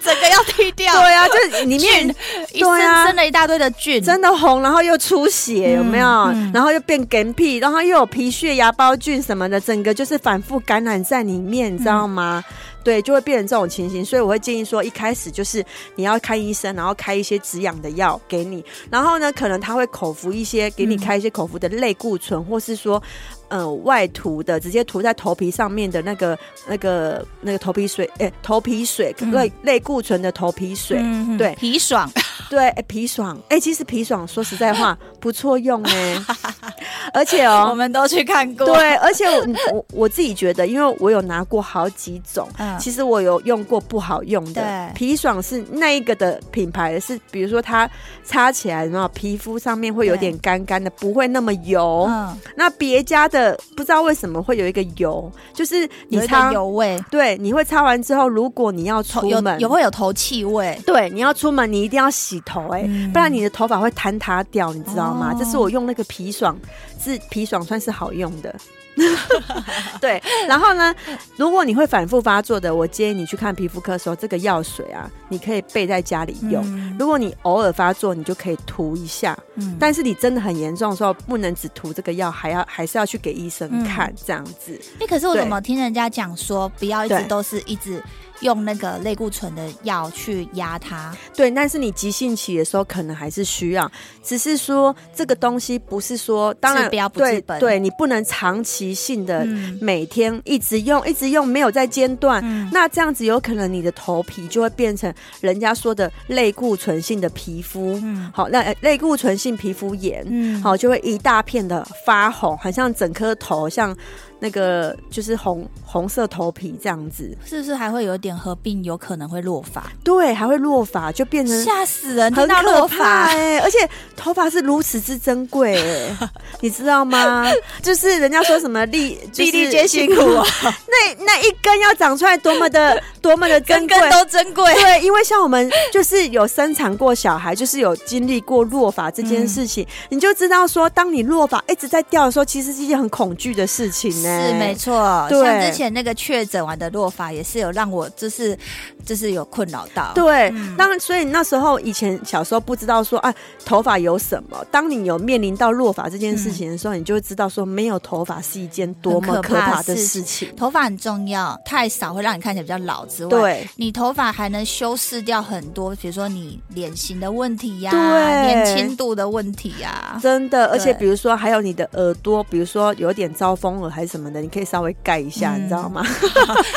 [SPEAKER 1] 整个要剃掉，
[SPEAKER 2] 对啊，就是里面
[SPEAKER 1] 菌一
[SPEAKER 2] 对
[SPEAKER 1] 身
[SPEAKER 2] 啊
[SPEAKER 1] 生了一大堆的菌，
[SPEAKER 2] 真的红，然后又出血，有没有？
[SPEAKER 1] 嗯嗯
[SPEAKER 2] 然后又变干屁，然后又有皮屑、芽孢菌什么的，整个就是反复感染在里面，
[SPEAKER 1] 嗯
[SPEAKER 2] 你知道吗？对，就会变成这种情形，所以我会建议说，一开始就是你要看医生，然后开一些止痒的药给你，然后呢，可能他会口服一些，给你
[SPEAKER 1] 嗯
[SPEAKER 2] 开一些口服的类固醇，或是说，呃，外涂的，直接涂在头皮上面的那个、那个、那个头皮水，哎、头皮水
[SPEAKER 1] 嗯
[SPEAKER 2] 类、类固醇的头皮水，
[SPEAKER 1] 嗯嗯
[SPEAKER 2] 对
[SPEAKER 1] 皮爽，
[SPEAKER 2] 对，哎皮爽，哎、其实皮爽说实在话不错用哎、而且
[SPEAKER 1] 我
[SPEAKER 2] 哦，
[SPEAKER 1] 们都去看过，
[SPEAKER 2] 对，而且我我我自己觉得，因为我有拿过好几种，
[SPEAKER 1] 嗯
[SPEAKER 2] 其实我有用过不好用的
[SPEAKER 1] 对，
[SPEAKER 2] 皮爽是那一个的品牌是，比如说它擦起来，然后皮肤上面会有点干干的，不会那么油。
[SPEAKER 1] 嗯，
[SPEAKER 2] 那别家的不知道为什么会有一个油，就是你
[SPEAKER 1] 有一
[SPEAKER 2] 擦
[SPEAKER 1] 个，油味，
[SPEAKER 2] 对，你会擦完之后，如果你要
[SPEAKER 1] 头
[SPEAKER 2] 出
[SPEAKER 1] 有
[SPEAKER 2] 门，
[SPEAKER 1] 有会有头气味，
[SPEAKER 2] 对，你要出门，你一定要洗头、哎、
[SPEAKER 1] 嗯
[SPEAKER 2] 不然你的头发会坍塌掉，你知道吗？
[SPEAKER 1] 哦
[SPEAKER 2] 这是我用那个皮爽，是皮爽算是好用 的。对，然后呢，如果你会反复发作的，我建议你去看皮肤科的时候，这个药水啊，你可以备在家里用。
[SPEAKER 1] 嗯
[SPEAKER 2] 如果你偶尔发作，你就可以涂一下，
[SPEAKER 1] 嗯
[SPEAKER 2] 但是你真的很严重的时候，不能只涂这个药，还要还是要去给医生
[SPEAKER 1] 嗯
[SPEAKER 2] 看，这样子。
[SPEAKER 1] 欸可是我
[SPEAKER 2] 对
[SPEAKER 1] 怎么听人家讲说，不要一直
[SPEAKER 2] 对
[SPEAKER 1] 都是一直用那个类固醇的药去压它？
[SPEAKER 2] 对，但是你急性期的时候可能还是需要，只是说这个东西不是说，当然
[SPEAKER 1] 治标不治
[SPEAKER 2] 对
[SPEAKER 1] 本
[SPEAKER 2] 对，你不能长期性的
[SPEAKER 1] 嗯
[SPEAKER 2] 每天一直用，一直用，没有在间断。
[SPEAKER 1] 嗯，
[SPEAKER 2] 那这样子有可能你的头皮就会变成人家说的类固醇性的皮肤，
[SPEAKER 1] 嗯
[SPEAKER 2] 好，那呃类固醇性皮肤炎，
[SPEAKER 1] 嗯，
[SPEAKER 2] 好就会一大片的发红，好像整颗头像那个就是红红色头皮这样子，
[SPEAKER 1] 是不是还会有点合并，有可能会落发？
[SPEAKER 2] 对，还会落发，就变成
[SPEAKER 1] 吓死人！听
[SPEAKER 2] 嗯很
[SPEAKER 1] 到落
[SPEAKER 2] 可怕
[SPEAKER 1] 发，
[SPEAKER 2] 哎、而且头发是如此之珍贵、 哎，你知道吗？就是人家说什么粒
[SPEAKER 1] 粒粒皆辛苦啊，
[SPEAKER 2] 就是 那那一根要长出来多么 的多么的珍
[SPEAKER 1] 根
[SPEAKER 2] 贵。
[SPEAKER 1] 根都珍贵。
[SPEAKER 2] 对，因为像我们就是有生产过小孩，就是有经历过落发这件事
[SPEAKER 1] 嗯
[SPEAKER 2] 情，你就知道说，当你落发一直在掉的时候，其实是一件很恐惧的事情欸呢、
[SPEAKER 1] 是没错，
[SPEAKER 2] 对
[SPEAKER 1] 像之前那个确诊完的落发，也是有让我就是就是有困扰到。
[SPEAKER 2] 对，
[SPEAKER 1] 嗯
[SPEAKER 2] 当然，所以那时候以前小时候不知道说啊，头发有什么。当你有面临到落发这件事情的时候，你就会知道说，没有头发是一件多么
[SPEAKER 1] 很可
[SPEAKER 2] 可
[SPEAKER 1] 怕的
[SPEAKER 2] 怕的
[SPEAKER 1] 事
[SPEAKER 2] 事情。
[SPEAKER 1] 头发很重要，太少会让你看起来比较老之外，
[SPEAKER 2] 对
[SPEAKER 1] 你头发还能修饰掉很多，比如说你脸型的问题呀、
[SPEAKER 2] 对
[SPEAKER 1] 年轻度的问题呀、
[SPEAKER 2] 真的，而且
[SPEAKER 1] 对
[SPEAKER 2] 比如说还有你的耳朵，比如说有点招风耳还是什么的，你可以稍微盖一下，
[SPEAKER 1] 嗯
[SPEAKER 2] 你知道吗？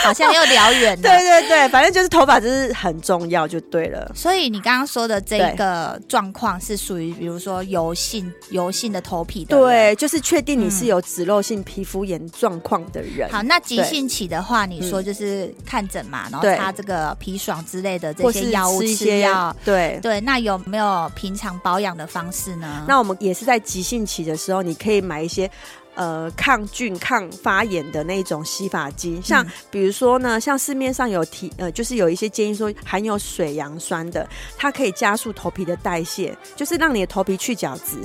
[SPEAKER 1] 好像又聊远
[SPEAKER 2] 对
[SPEAKER 1] 了。
[SPEAKER 2] 对对，反正就是头发就是很重要，就对了。
[SPEAKER 1] 所以你刚刚说的这一个状况是属于，比如说油性油性的头皮的
[SPEAKER 2] 对，就是确定你是
[SPEAKER 1] 嗯
[SPEAKER 2] 有脂漏性皮肤炎状况的人。
[SPEAKER 1] 好，那急
[SPEAKER 2] 对
[SPEAKER 1] 性期的话，你说
[SPEAKER 2] 嗯
[SPEAKER 1] 就是看诊嘛，然后
[SPEAKER 2] 对
[SPEAKER 1] 擦这个砒霜之类的这
[SPEAKER 2] 或
[SPEAKER 1] 些
[SPEAKER 2] 是
[SPEAKER 1] 药物
[SPEAKER 2] 吃一
[SPEAKER 1] 吃
[SPEAKER 2] 些
[SPEAKER 1] 药。
[SPEAKER 2] 对，
[SPEAKER 1] 对，那有没有平常保养的方式呢？
[SPEAKER 2] 那我们也是在急性期的时候，你可以买一些。呃，抗菌、抗发炎的那一种洗发精，像比如说呢，像市面上有提呃，就是有一些建议说含有水杨酸的，它可以加速头皮的代谢，就是让你的头皮去角质。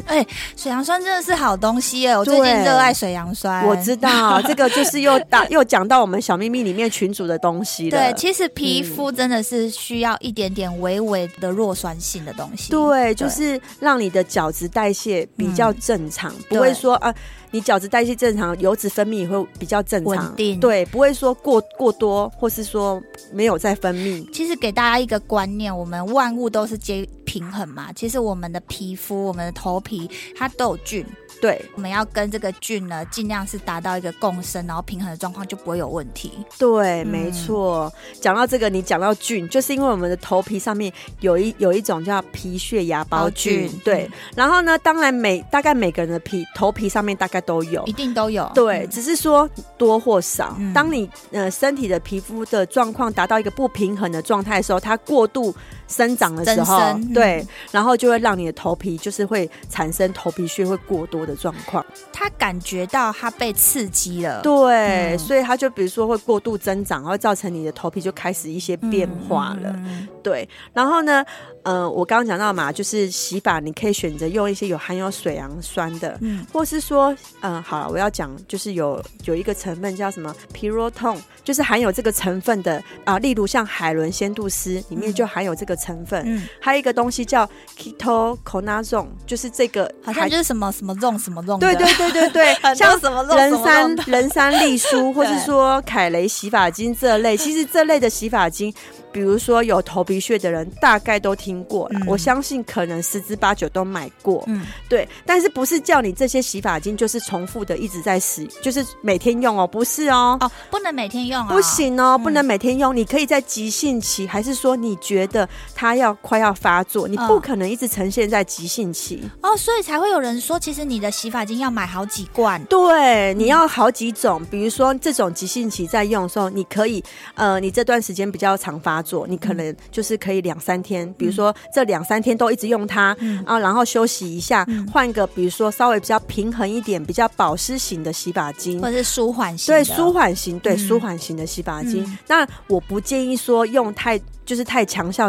[SPEAKER 1] 水杨酸真的是好东西耶，我最近
[SPEAKER 2] 对
[SPEAKER 1] 热爱水杨酸。
[SPEAKER 2] 我知道这个就是又打又讲到我们小秘密里面群组的东西了。
[SPEAKER 1] 对，其实皮
[SPEAKER 2] 嗯
[SPEAKER 1] 肤真的是需要一点点微微的弱酸性的东西。
[SPEAKER 2] 对，就是让你的角质代谢比较正常，不会
[SPEAKER 1] 嗯对
[SPEAKER 2] 说啊，你角质代谢正常，油脂分泌也会比较正常，
[SPEAKER 1] 稳定
[SPEAKER 2] 对，不会说过过多，或是说没有再分泌。
[SPEAKER 1] 其实给大家一个观念，我们万物都是皆平衡嘛。其实我们的皮肤、我们的头皮，它都有菌，
[SPEAKER 2] 对
[SPEAKER 1] 我们要跟这个菌呢，尽量是达到一个共生，然后平衡的状况就不会有问题。
[SPEAKER 2] 对，
[SPEAKER 1] 嗯
[SPEAKER 2] 没错。讲到这个，你讲到菌，就是因为我们的头皮上面有一有一种叫皮屑芽孢菌，
[SPEAKER 1] 孢菌
[SPEAKER 2] 对
[SPEAKER 1] 嗯。
[SPEAKER 2] 然后呢，当然每大概每个人的皮头皮上面大概都有
[SPEAKER 1] 一。定都有。
[SPEAKER 2] 哦对，
[SPEAKER 1] 嗯
[SPEAKER 2] 只是说多或少。
[SPEAKER 1] 嗯
[SPEAKER 2] 当你呃身体的皮肤的状况达到一个不平衡的状态的时候，它过度生长的时
[SPEAKER 1] 增
[SPEAKER 2] 候，
[SPEAKER 1] 生嗯
[SPEAKER 2] 对，然后就会让你的头皮就是会产生头皮屑会过多的状况。
[SPEAKER 1] 他感觉到他被刺激了。
[SPEAKER 2] 对，
[SPEAKER 1] 嗯
[SPEAKER 2] 所以它就比如说会过度增长，然后造成你的头皮就开始一些
[SPEAKER 1] 嗯，
[SPEAKER 2] 变化了。
[SPEAKER 1] 嗯。嗯
[SPEAKER 2] 对，然后呢，呃，我刚刚讲到嘛，就是洗发你可以选择用一些有含有水杨酸的，
[SPEAKER 1] 嗯
[SPEAKER 2] 或是说，嗯、好了，我要讲就是有有一个成分叫什么皮洛痛，就是含有这个成分的啊、例如像海伦仙度丝里面
[SPEAKER 1] 嗯
[SPEAKER 2] 就含有这个成分，
[SPEAKER 1] 嗯，
[SPEAKER 2] 还有一个东西叫 ketoconazole，就是这个
[SPEAKER 1] 好
[SPEAKER 2] 含
[SPEAKER 1] 像就是什么什么 r 什么 r
[SPEAKER 2] 对对对对 对，
[SPEAKER 1] 像。
[SPEAKER 2] 像
[SPEAKER 1] 什么 r
[SPEAKER 2] 人参、人参丽舒，或是
[SPEAKER 1] 对
[SPEAKER 2] 说凯雷洗发精这 类，其实这类的洗发精，比如说有头皮屑的人，大概都听过啦
[SPEAKER 1] 嗯
[SPEAKER 2] 我相信可能十之八九都买过。
[SPEAKER 1] 嗯，
[SPEAKER 2] 对，但是不是叫你这些洗发精就是重复的一直在使，就是每天用哦，不是哦。
[SPEAKER 1] 哦，不能每天用啊，
[SPEAKER 2] 不。行哦，
[SPEAKER 1] 嗯
[SPEAKER 2] 不能每天用。你可以在急性期，还是说你觉得它要快要发作，你
[SPEAKER 1] 嗯
[SPEAKER 2] 不可能一直呈现在急性期。
[SPEAKER 1] 哦，所以才会有人说，其实你的洗发精要买好几罐。
[SPEAKER 2] 对，你要好几种，比如说这种急性期在用的时候，你可以，呃，你这段时间比较常发作，你可能就是可以两三天，比如说这两三天都一直用它，
[SPEAKER 1] 嗯
[SPEAKER 2] 啊，然后休息一下
[SPEAKER 1] 嗯，
[SPEAKER 2] 换一个比如说稍微比较平衡一点、比较保湿型的洗发精
[SPEAKER 1] 或。者是舒缓型
[SPEAKER 2] 嗯
[SPEAKER 1] 的，
[SPEAKER 2] 对舒缓型，对
[SPEAKER 1] 嗯
[SPEAKER 2] 舒缓型的洗发精
[SPEAKER 1] 嗯，
[SPEAKER 2] 那我不建议说用太就是太强效，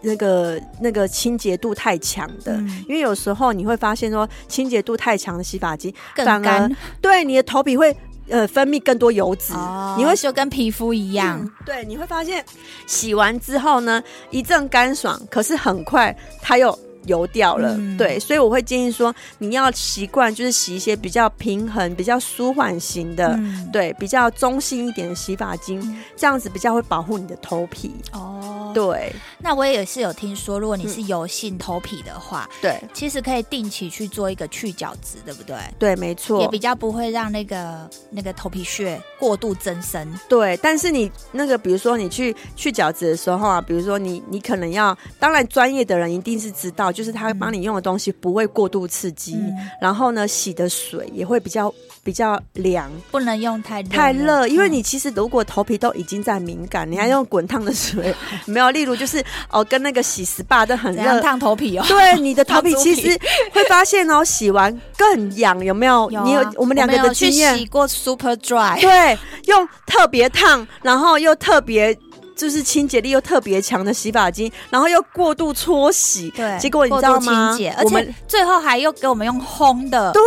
[SPEAKER 2] 那个那个清洁度太强的，
[SPEAKER 1] 嗯
[SPEAKER 2] 因为有时候你会发现说清洁度太强的洗发精，
[SPEAKER 1] 更
[SPEAKER 2] 反而
[SPEAKER 1] 干，
[SPEAKER 2] 对你的头皮会呃分泌更多油脂，
[SPEAKER 1] 哦
[SPEAKER 2] 你会
[SPEAKER 1] 就跟皮肤一样
[SPEAKER 2] 嗯，对，你会发现洗完之后呢，一阵干爽，可是很快它又油掉了。
[SPEAKER 1] 嗯
[SPEAKER 2] 对，所以我会建议说，你要习惯就是洗一些比较平衡、比较舒缓型的。
[SPEAKER 1] 嗯，
[SPEAKER 2] 对，比较中性一点的洗发精，
[SPEAKER 1] 嗯
[SPEAKER 2] 这样子比较会保护你的头皮。
[SPEAKER 1] 哦，
[SPEAKER 2] 对
[SPEAKER 1] 那我也是有听说，如果你是
[SPEAKER 2] 嗯
[SPEAKER 1] 油性头皮的话，
[SPEAKER 2] 对
[SPEAKER 1] 其实可以定期去做一个去角质，对不对？
[SPEAKER 2] 对，没
[SPEAKER 1] 也
[SPEAKER 2] 错
[SPEAKER 1] 比。较不会让那个那个头皮屑过度增生。
[SPEAKER 2] 对，但是你那个，比如说你去去角质的时候啊，比如说你你可能要，当然专业的人一定是知道，就是他帮你用的东西不会过度刺激，
[SPEAKER 1] 嗯，
[SPEAKER 2] 然后呢，洗的水也会比较比较凉。
[SPEAKER 1] 不能用太热
[SPEAKER 2] 太热，因为
[SPEAKER 1] 嗯
[SPEAKER 2] 你其实如果头皮都已经在敏感，你还用滚烫的水，没有？例如就是哦，跟那个洗 SPA 都很
[SPEAKER 1] 怎样
[SPEAKER 2] 热，
[SPEAKER 1] 烫头皮哦。
[SPEAKER 2] 对你的头皮
[SPEAKER 1] 烫猪
[SPEAKER 2] 其
[SPEAKER 1] 皮
[SPEAKER 2] 实会发现哦，洗完更痒，有没有？
[SPEAKER 1] 啊
[SPEAKER 2] 你有我们两个
[SPEAKER 1] 有
[SPEAKER 2] 的
[SPEAKER 1] 去
[SPEAKER 2] 经验，
[SPEAKER 1] 洗过 Super Dry，
[SPEAKER 2] 对，用特别烫，然后又特别就是清洁力又特别强的洗发精，然后又过度搓洗，
[SPEAKER 1] 对，
[SPEAKER 2] 结果你知道
[SPEAKER 1] 过度
[SPEAKER 2] 吗
[SPEAKER 1] 清洁，？而
[SPEAKER 2] 我们
[SPEAKER 1] 且最后还又给我们用烘的，
[SPEAKER 2] 对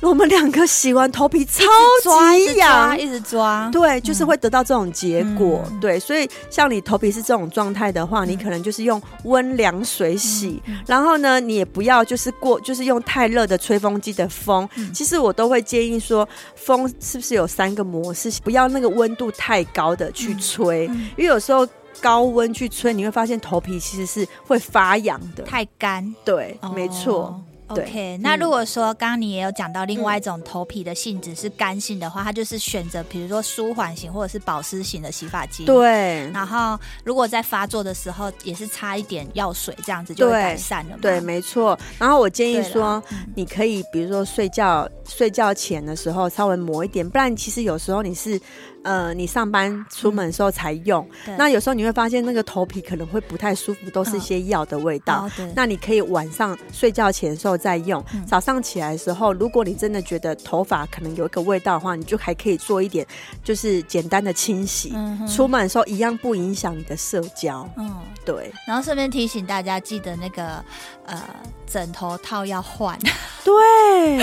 [SPEAKER 2] 我们两个洗完头皮超
[SPEAKER 1] 抓一
[SPEAKER 2] 级
[SPEAKER 1] 直抓，
[SPEAKER 2] 痒。
[SPEAKER 1] 一直抓，
[SPEAKER 2] 对，就是会得到这种结果。
[SPEAKER 1] 嗯
[SPEAKER 2] 对，所以像你头皮是这种状态的话，你可能就是用温凉水洗，
[SPEAKER 1] 嗯
[SPEAKER 2] 然后呢，你也不要就是过，就是用太热的吹风机的风。
[SPEAKER 1] 嗯
[SPEAKER 2] 其实我都会建议说，风是不是有三个模式？不要那个温度太高的去吹，
[SPEAKER 1] 嗯
[SPEAKER 2] 因为有时候。高温去吹，你会发现头皮其实是会发痒的。
[SPEAKER 1] 太干，
[SPEAKER 2] 对，
[SPEAKER 1] 哦
[SPEAKER 2] 没错，对
[SPEAKER 1] OK，
[SPEAKER 2] 嗯
[SPEAKER 1] 那如果说刚刚你也有讲到另外一种头皮的性质是干性的话，它就是选择比如说舒缓型或者是保湿型的洗发精。。
[SPEAKER 2] 嗯对
[SPEAKER 1] 然后如果在发作的时候也是擦一点药水，这样子就会
[SPEAKER 2] 对
[SPEAKER 1] 改善了嘛。
[SPEAKER 2] 对，没错。然后我建议
[SPEAKER 1] 嗯对啦
[SPEAKER 2] 说，
[SPEAKER 1] 嗯
[SPEAKER 2] 你可以比如说睡觉睡觉前的时候稍微抹一点，不然其实有时候你是呃你上班出门的时候才用，
[SPEAKER 1] 对哦
[SPEAKER 2] 那有时候你会发现那个头皮可能会不太舒服，都是一
[SPEAKER 1] 嗯
[SPEAKER 2] 些药的味道。
[SPEAKER 1] 哦对，
[SPEAKER 2] 那你可以晚上睡觉前的时候再用，
[SPEAKER 1] 嗯
[SPEAKER 2] 早上起来的时候，如果你真的觉得头发可能有一个味道的话，你就还可以做一点就是简单的清洗。
[SPEAKER 1] 嗯哼
[SPEAKER 2] 出门的时候一样不影响你的社交，
[SPEAKER 1] 嗯，
[SPEAKER 2] 对
[SPEAKER 1] 然后顺便提醒大家，记得那个呃枕头套要换，
[SPEAKER 2] 对，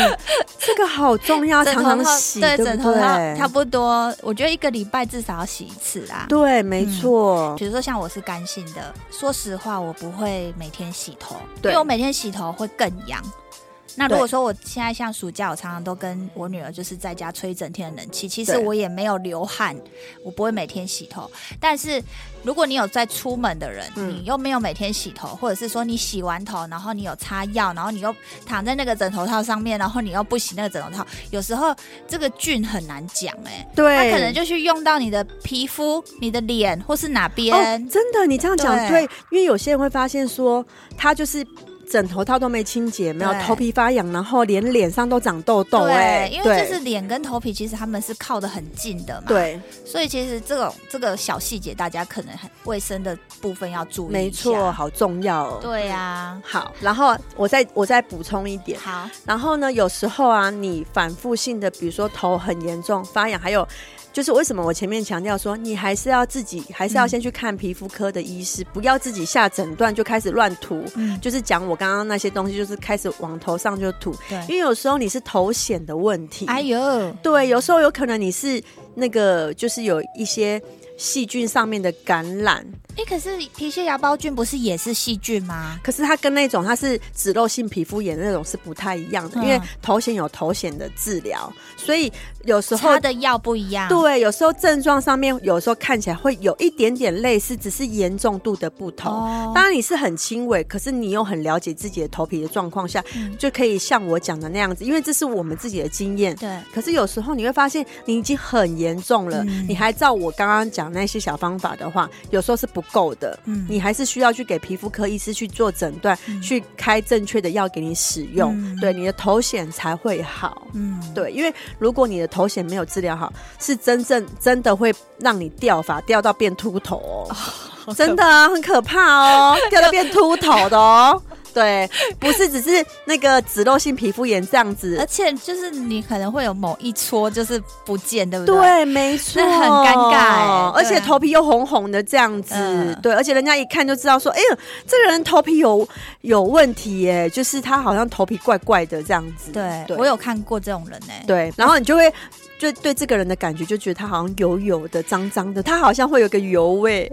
[SPEAKER 2] 这个好 重要，
[SPEAKER 1] 枕
[SPEAKER 2] 啊常
[SPEAKER 1] 头
[SPEAKER 2] 常
[SPEAKER 1] 套
[SPEAKER 2] 洗，
[SPEAKER 1] 对
[SPEAKER 2] 对
[SPEAKER 1] 枕头
[SPEAKER 2] 不
[SPEAKER 1] 套
[SPEAKER 2] 对？
[SPEAKER 1] 差不多，我觉得一个礼拜至少要洗一次啦。
[SPEAKER 2] 对，没错，
[SPEAKER 1] 比如说像我是干性的，说实话我不会每天洗头，因
[SPEAKER 2] 对
[SPEAKER 1] 为我每天洗头会更痒。那如
[SPEAKER 2] 对
[SPEAKER 1] 果说我现在像暑假，我常常都跟我女儿就是在家吹一整天的冷气，其实
[SPEAKER 2] 对
[SPEAKER 1] 我也没有流汗，我不会每天洗头。但是如果你有在出门的人，
[SPEAKER 2] 嗯
[SPEAKER 1] 你又没有每天洗头，或者是说你洗完头，然后你有擦药，然后你又躺在那个枕头套上面，然后你又不洗那个枕头套，有时候这个菌很难讲哎、
[SPEAKER 2] 对，
[SPEAKER 1] 它可能就去用到你的皮肤、你的脸或是哪边
[SPEAKER 2] 哦，。真的，你这样讲
[SPEAKER 1] 对
[SPEAKER 2] 对，因为有些人会发现说，他就是枕头套都没清洁，没有
[SPEAKER 1] 对
[SPEAKER 2] 头皮发痒，然后连脸上都长痘痘、哎，
[SPEAKER 1] 因为就是啊脸跟头皮，其实他们是靠得很近的嘛，，
[SPEAKER 2] 对，
[SPEAKER 1] 所以其实这种这个小细节，大家可能很卫生的部分要注意一下
[SPEAKER 2] 没错，，好重要、哦。
[SPEAKER 1] 对呀、
[SPEAKER 2] 好，然后我再我再补充一点，
[SPEAKER 1] 好，
[SPEAKER 2] 然后呢，有时候啊，你反复性的，比如说头很严重发痒，还有就是为什么我前面强调说，你还是要自己，还是要
[SPEAKER 1] 嗯
[SPEAKER 2] 先去看皮肤科的医师，不要自己下诊断就开始乱涂，
[SPEAKER 1] 嗯，
[SPEAKER 2] 就是讲我刚刚那些东西，就是开始往头上就涂，因
[SPEAKER 1] 对，
[SPEAKER 2] 为有时候你是头癣的问题，
[SPEAKER 1] 哎呦，
[SPEAKER 2] 对，有时候有可能你是那个就是有一些细菌上面的感染，
[SPEAKER 1] 哎，可是皮屑芽孢菌不是也是细菌吗？
[SPEAKER 2] 可是它跟那种它是脂漏性皮肤炎那种是不太一样的，
[SPEAKER 1] 嗯
[SPEAKER 2] 因为头癣有头癣的治疗，所以有时候
[SPEAKER 1] 擦。的药不一样，
[SPEAKER 2] 对，有时候症状上面有时候看起来会有一点点类似，只是严重度的不同。
[SPEAKER 1] 哦
[SPEAKER 2] 当然你是很轻微，可是你又很了解自己的头皮的状况下，
[SPEAKER 1] 嗯
[SPEAKER 2] 就可以像我讲的那样子，因为这是我们自己的经验。
[SPEAKER 1] 对，
[SPEAKER 2] 可是有时候你会发现你已经很严重了，
[SPEAKER 1] 嗯
[SPEAKER 2] 你还照我刚刚讲那些小方法的话，有时候是不够的。
[SPEAKER 1] 嗯
[SPEAKER 2] 你还是需要去给皮肤科医师去做诊断，
[SPEAKER 1] 嗯
[SPEAKER 2] 去开正确的药给你使用，
[SPEAKER 1] 嗯
[SPEAKER 2] 对你的头癣才会好。
[SPEAKER 1] 嗯，
[SPEAKER 2] 对，因为如果你的头癣没有治疗好，是真正真的会让你掉发，掉到变秃头 哦，真的啊、很可怕哦，掉到变秃头的哦。对，不是只是那个脂漏性皮肤炎这样子
[SPEAKER 1] 而，且就是你可能会有某一撮就是不见，对不对？
[SPEAKER 2] 对，没错，
[SPEAKER 1] 那很尴尬欸
[SPEAKER 2] 而
[SPEAKER 1] 对
[SPEAKER 2] 且
[SPEAKER 1] 啊
[SPEAKER 2] 头皮又红红的这样子，
[SPEAKER 1] 嗯
[SPEAKER 2] 对，而且人家一看就知道说，哎呦，这个人头皮有有问题耶，就是他好像头皮怪怪的这样子。
[SPEAKER 1] 对，
[SPEAKER 2] 对
[SPEAKER 1] 我有看过这种人哎、
[SPEAKER 2] 对，然后你就会就对这个人的感觉，就觉得他好像油油的、脏脏的，他好像会有个油 味。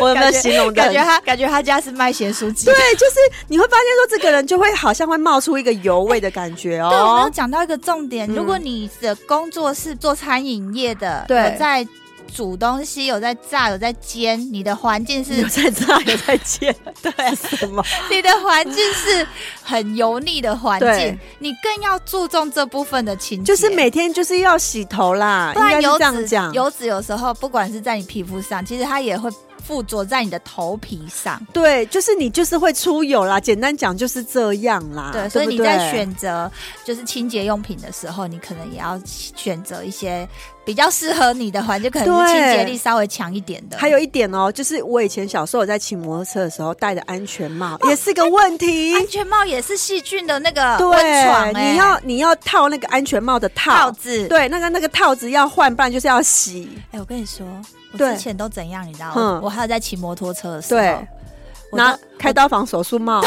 [SPEAKER 2] 我有没有
[SPEAKER 1] 感觉
[SPEAKER 2] 形容的
[SPEAKER 1] 感觉他感觉他家是卖咸酥鸡的
[SPEAKER 2] 对，就是你会发现说，这个人就会好像会冒出一个油味的感觉
[SPEAKER 1] 对，我们有
[SPEAKER 2] 哦。
[SPEAKER 1] 讲到一个重点，
[SPEAKER 2] 嗯
[SPEAKER 1] 如果你的工作是做餐饮业的，
[SPEAKER 2] 对
[SPEAKER 1] 有在煮东西，有在炸，有在煎，你的环境是
[SPEAKER 2] 有在炸，有在煎，对，啊什么？
[SPEAKER 1] 你的环境是很油腻的环境
[SPEAKER 2] 对，
[SPEAKER 1] 你更要注重这部分的情节，
[SPEAKER 2] 就是每天就是要洗头啦，
[SPEAKER 1] 不
[SPEAKER 2] 应该
[SPEAKER 1] 然
[SPEAKER 2] 是
[SPEAKER 1] 油
[SPEAKER 2] 这样
[SPEAKER 1] 脂
[SPEAKER 2] 讲。
[SPEAKER 1] 油脂有时候不管是在你皮肤上，其实它也会附着在你的头皮上。
[SPEAKER 2] 对，就是你就是会出油啦，简单讲就是这样啦。
[SPEAKER 1] 对，
[SPEAKER 2] 不
[SPEAKER 1] 所以你在选择就是清洁用品的时候，你可能也要选择一些比较适合你的环境，可能是
[SPEAKER 2] 对
[SPEAKER 1] 清洁力稍微强一点的。
[SPEAKER 2] 还有一点哦，就是我以前小时候我在骑摩托车的时候戴的安全帽、也是个问题。
[SPEAKER 1] 哦哎安全帽也是细菌的那个温床、
[SPEAKER 2] 对，
[SPEAKER 1] 欸，
[SPEAKER 2] 你要你要套那个安全帽的套，
[SPEAKER 1] 套子。，
[SPEAKER 2] 对，那个那个套子要换，不然就是要洗。
[SPEAKER 1] 哎、我跟你说，我
[SPEAKER 2] 对
[SPEAKER 1] 之前都怎样，你知道？
[SPEAKER 2] 嗯
[SPEAKER 1] 我还有在骑摩托车的时候，
[SPEAKER 2] 对，
[SPEAKER 1] 我都
[SPEAKER 2] 拿开刀房手 术帽，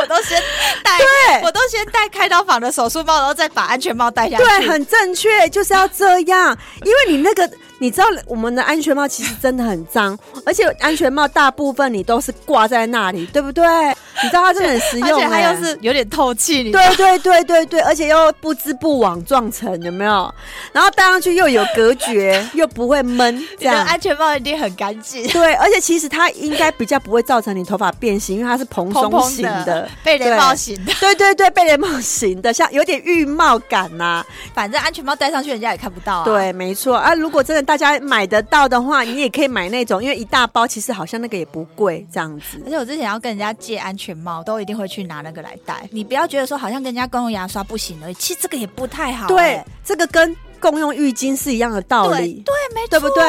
[SPEAKER 1] 我都先戴，我都先戴开刀房的手术帽，然后再把安全帽戴下去。
[SPEAKER 2] 对，很正确，就是要这样，因为你那个你知道我们的安全帽其实真的很 脏，而且安全帽大部分你都是挂在那里，对不对？你知道它真的很实用、欸，
[SPEAKER 1] 而且它又是有点透气，你
[SPEAKER 2] 对对对对对，而且又不织不网状层，有没有？然后戴上去又有隔 绝，又不会闷，这
[SPEAKER 1] 你的
[SPEAKER 2] 样
[SPEAKER 1] 安全帽一定很干净，
[SPEAKER 2] 对，而且其实它应该比较不会造成你头发变形，因为它是蓬
[SPEAKER 1] 蓬
[SPEAKER 2] 松
[SPEAKER 1] 蓬
[SPEAKER 2] 型的，
[SPEAKER 1] 被雷
[SPEAKER 2] 对
[SPEAKER 1] 暴型的，
[SPEAKER 2] 对对对，贝雷帽型的，像有点浴帽感啊呐、
[SPEAKER 1] 反正安全帽戴上去人家也看不到啊。
[SPEAKER 2] 对，没错啊。如果真的大家买得到的话，你也可以买那种，因为一大包其实好像那个也不贵，这样子
[SPEAKER 1] 而。且我之前要跟人家借安全帽，都一定会去拿那个来戴。你不要觉得说好像跟人家公用牙刷不行而已，其实这个也不太好、
[SPEAKER 2] 对
[SPEAKER 1] 哎，
[SPEAKER 2] 这个跟共用浴巾是一样的道
[SPEAKER 1] 对
[SPEAKER 2] 理。
[SPEAKER 1] 对，没错，
[SPEAKER 2] 对不对？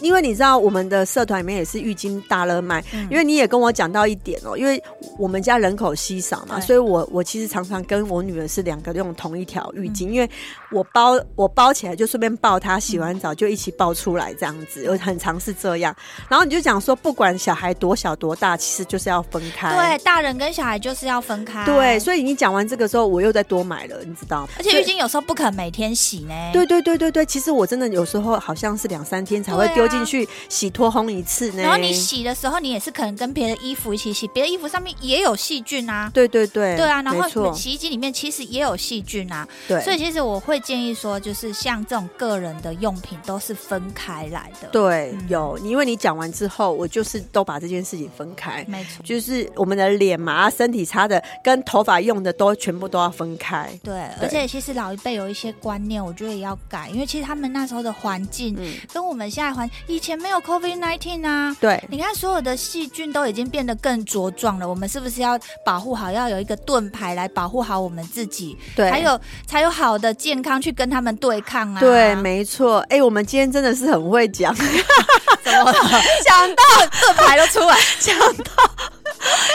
[SPEAKER 2] 因为你知道我们的社团里面也是浴巾大热卖，
[SPEAKER 1] 嗯
[SPEAKER 2] 因为你也跟我讲到一点哦，因为我们家人口稀少嘛，
[SPEAKER 1] 对
[SPEAKER 2] 所以我我其实常常跟我女儿是两个用同一条浴
[SPEAKER 1] 嗯
[SPEAKER 2] 巾，因为我包我包起来就顺便抱她，洗完澡就一起抱出来这样
[SPEAKER 1] 嗯
[SPEAKER 2] 子，我很常是这样。然后你就讲说，不管小孩多小多大，其实就是要分开。
[SPEAKER 1] 对，大人跟小孩就是要分开。
[SPEAKER 2] 哎对，所以你讲完这个时候，我又再多买了，你知道吗？
[SPEAKER 1] 而且浴巾有时候不肯每天洗呢。
[SPEAKER 2] 对对对对对，其实我真的有时候好像是两三天才会
[SPEAKER 1] 对啊
[SPEAKER 2] 丢进去洗脱烘一次呢。
[SPEAKER 1] 然后你洗的时候，你也是可能跟别的衣服一起洗，别的衣服上面也有细菌啊。
[SPEAKER 2] 对对对，
[SPEAKER 1] 对啊，然
[SPEAKER 2] 没
[SPEAKER 1] 后
[SPEAKER 2] 错，
[SPEAKER 1] 洗衣机里面其实也有细菌啊，
[SPEAKER 2] 对，
[SPEAKER 1] 所以其实我会建议说，就是像这种个人的用品都是分开来的。，
[SPEAKER 2] 对
[SPEAKER 1] 嗯
[SPEAKER 2] 有，因为你讲完之后，我就是都把这件事情分开，
[SPEAKER 1] 没错，
[SPEAKER 2] 就是我们的脸嘛、啊身体擦的跟头发用的都全部都要分开。
[SPEAKER 1] 对，
[SPEAKER 2] 对
[SPEAKER 1] 而且其实老一辈有一些观念，我觉得也要改，因为其实他们那时候的环境
[SPEAKER 2] 嗯，
[SPEAKER 1] 跟我们现在环以前没有 COVID nineteen 啊。
[SPEAKER 2] 对
[SPEAKER 1] 你看，所有的细菌都已经变得更茁壮了，我们是不是要保护好，要有一个盾牌来保护好我们自己，
[SPEAKER 2] 对，
[SPEAKER 1] 才有才有好的健康去跟他们对抗啊？
[SPEAKER 2] 对，没错。哎、我们今天真的是很会讲，
[SPEAKER 1] 怎么了 想到盾牌都出来？
[SPEAKER 2] 讲到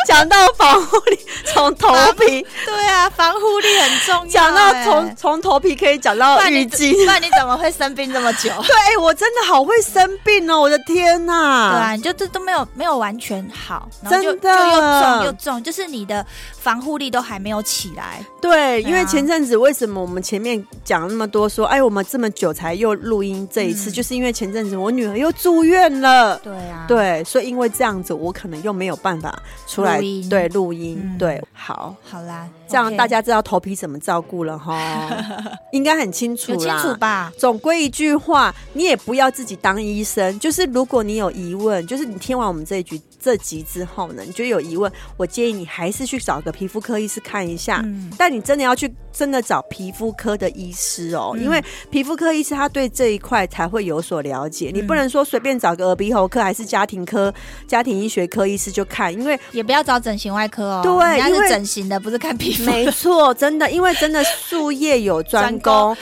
[SPEAKER 2] 讲到防护力，从头皮
[SPEAKER 1] 对啊，防护力很重要、
[SPEAKER 2] 讲到
[SPEAKER 1] 哎
[SPEAKER 2] 从从头皮可以讲
[SPEAKER 1] 不
[SPEAKER 2] 到
[SPEAKER 1] 然
[SPEAKER 2] 浴
[SPEAKER 1] 你
[SPEAKER 2] 巾，
[SPEAKER 1] 不然你怎么会生病这么久？
[SPEAKER 2] 对，哎、我真的好会生病哦！我的天呐、
[SPEAKER 1] 对啊，你就这都没有没有完全好，然后
[SPEAKER 2] 真
[SPEAKER 1] 就就
[SPEAKER 2] 的
[SPEAKER 1] 又重又重，就是你的防护力都还没有起来。对
[SPEAKER 2] 对，因为
[SPEAKER 1] 啊
[SPEAKER 2] 前阵子为什么我们前面讲了那么多说，哎，我们这么久才又录音这一次，
[SPEAKER 1] 嗯
[SPEAKER 2] 就是因为前阵子我女儿又住院了。
[SPEAKER 1] 对啊，
[SPEAKER 2] 对，所以因为这样子，我可能又没有办法出来
[SPEAKER 1] 录音
[SPEAKER 2] 对录音，
[SPEAKER 1] 嗯
[SPEAKER 2] 对，好，
[SPEAKER 1] 好啦，
[SPEAKER 2] 这样
[SPEAKER 1] OK
[SPEAKER 2] 大家知道头皮怎么照顾 了哈，应该很清楚
[SPEAKER 1] 有清
[SPEAKER 2] 啦。
[SPEAKER 1] 楚吧？
[SPEAKER 2] 总归一句话，你也不要自己当医生。就是如果你有疑问，就是你听完我们这一局这集之后呢，你觉得有疑问，我建议你还是去找个皮肤科医师看一下。
[SPEAKER 1] 嗯，
[SPEAKER 2] 但你真的要去真的找皮肤科的医师哦，
[SPEAKER 1] 嗯
[SPEAKER 2] 因为皮肤科医师他对这一块才会有所了解。你
[SPEAKER 1] 嗯
[SPEAKER 2] 不能说随便找个耳鼻喉科还是家庭科、家庭医学科医师就看，因为
[SPEAKER 1] 也不要找整形外科哦，
[SPEAKER 2] 对
[SPEAKER 1] 人家
[SPEAKER 2] 因为
[SPEAKER 1] 是整形的，不是看皮肤。
[SPEAKER 2] 没错，真的，因为真的术业有专攻。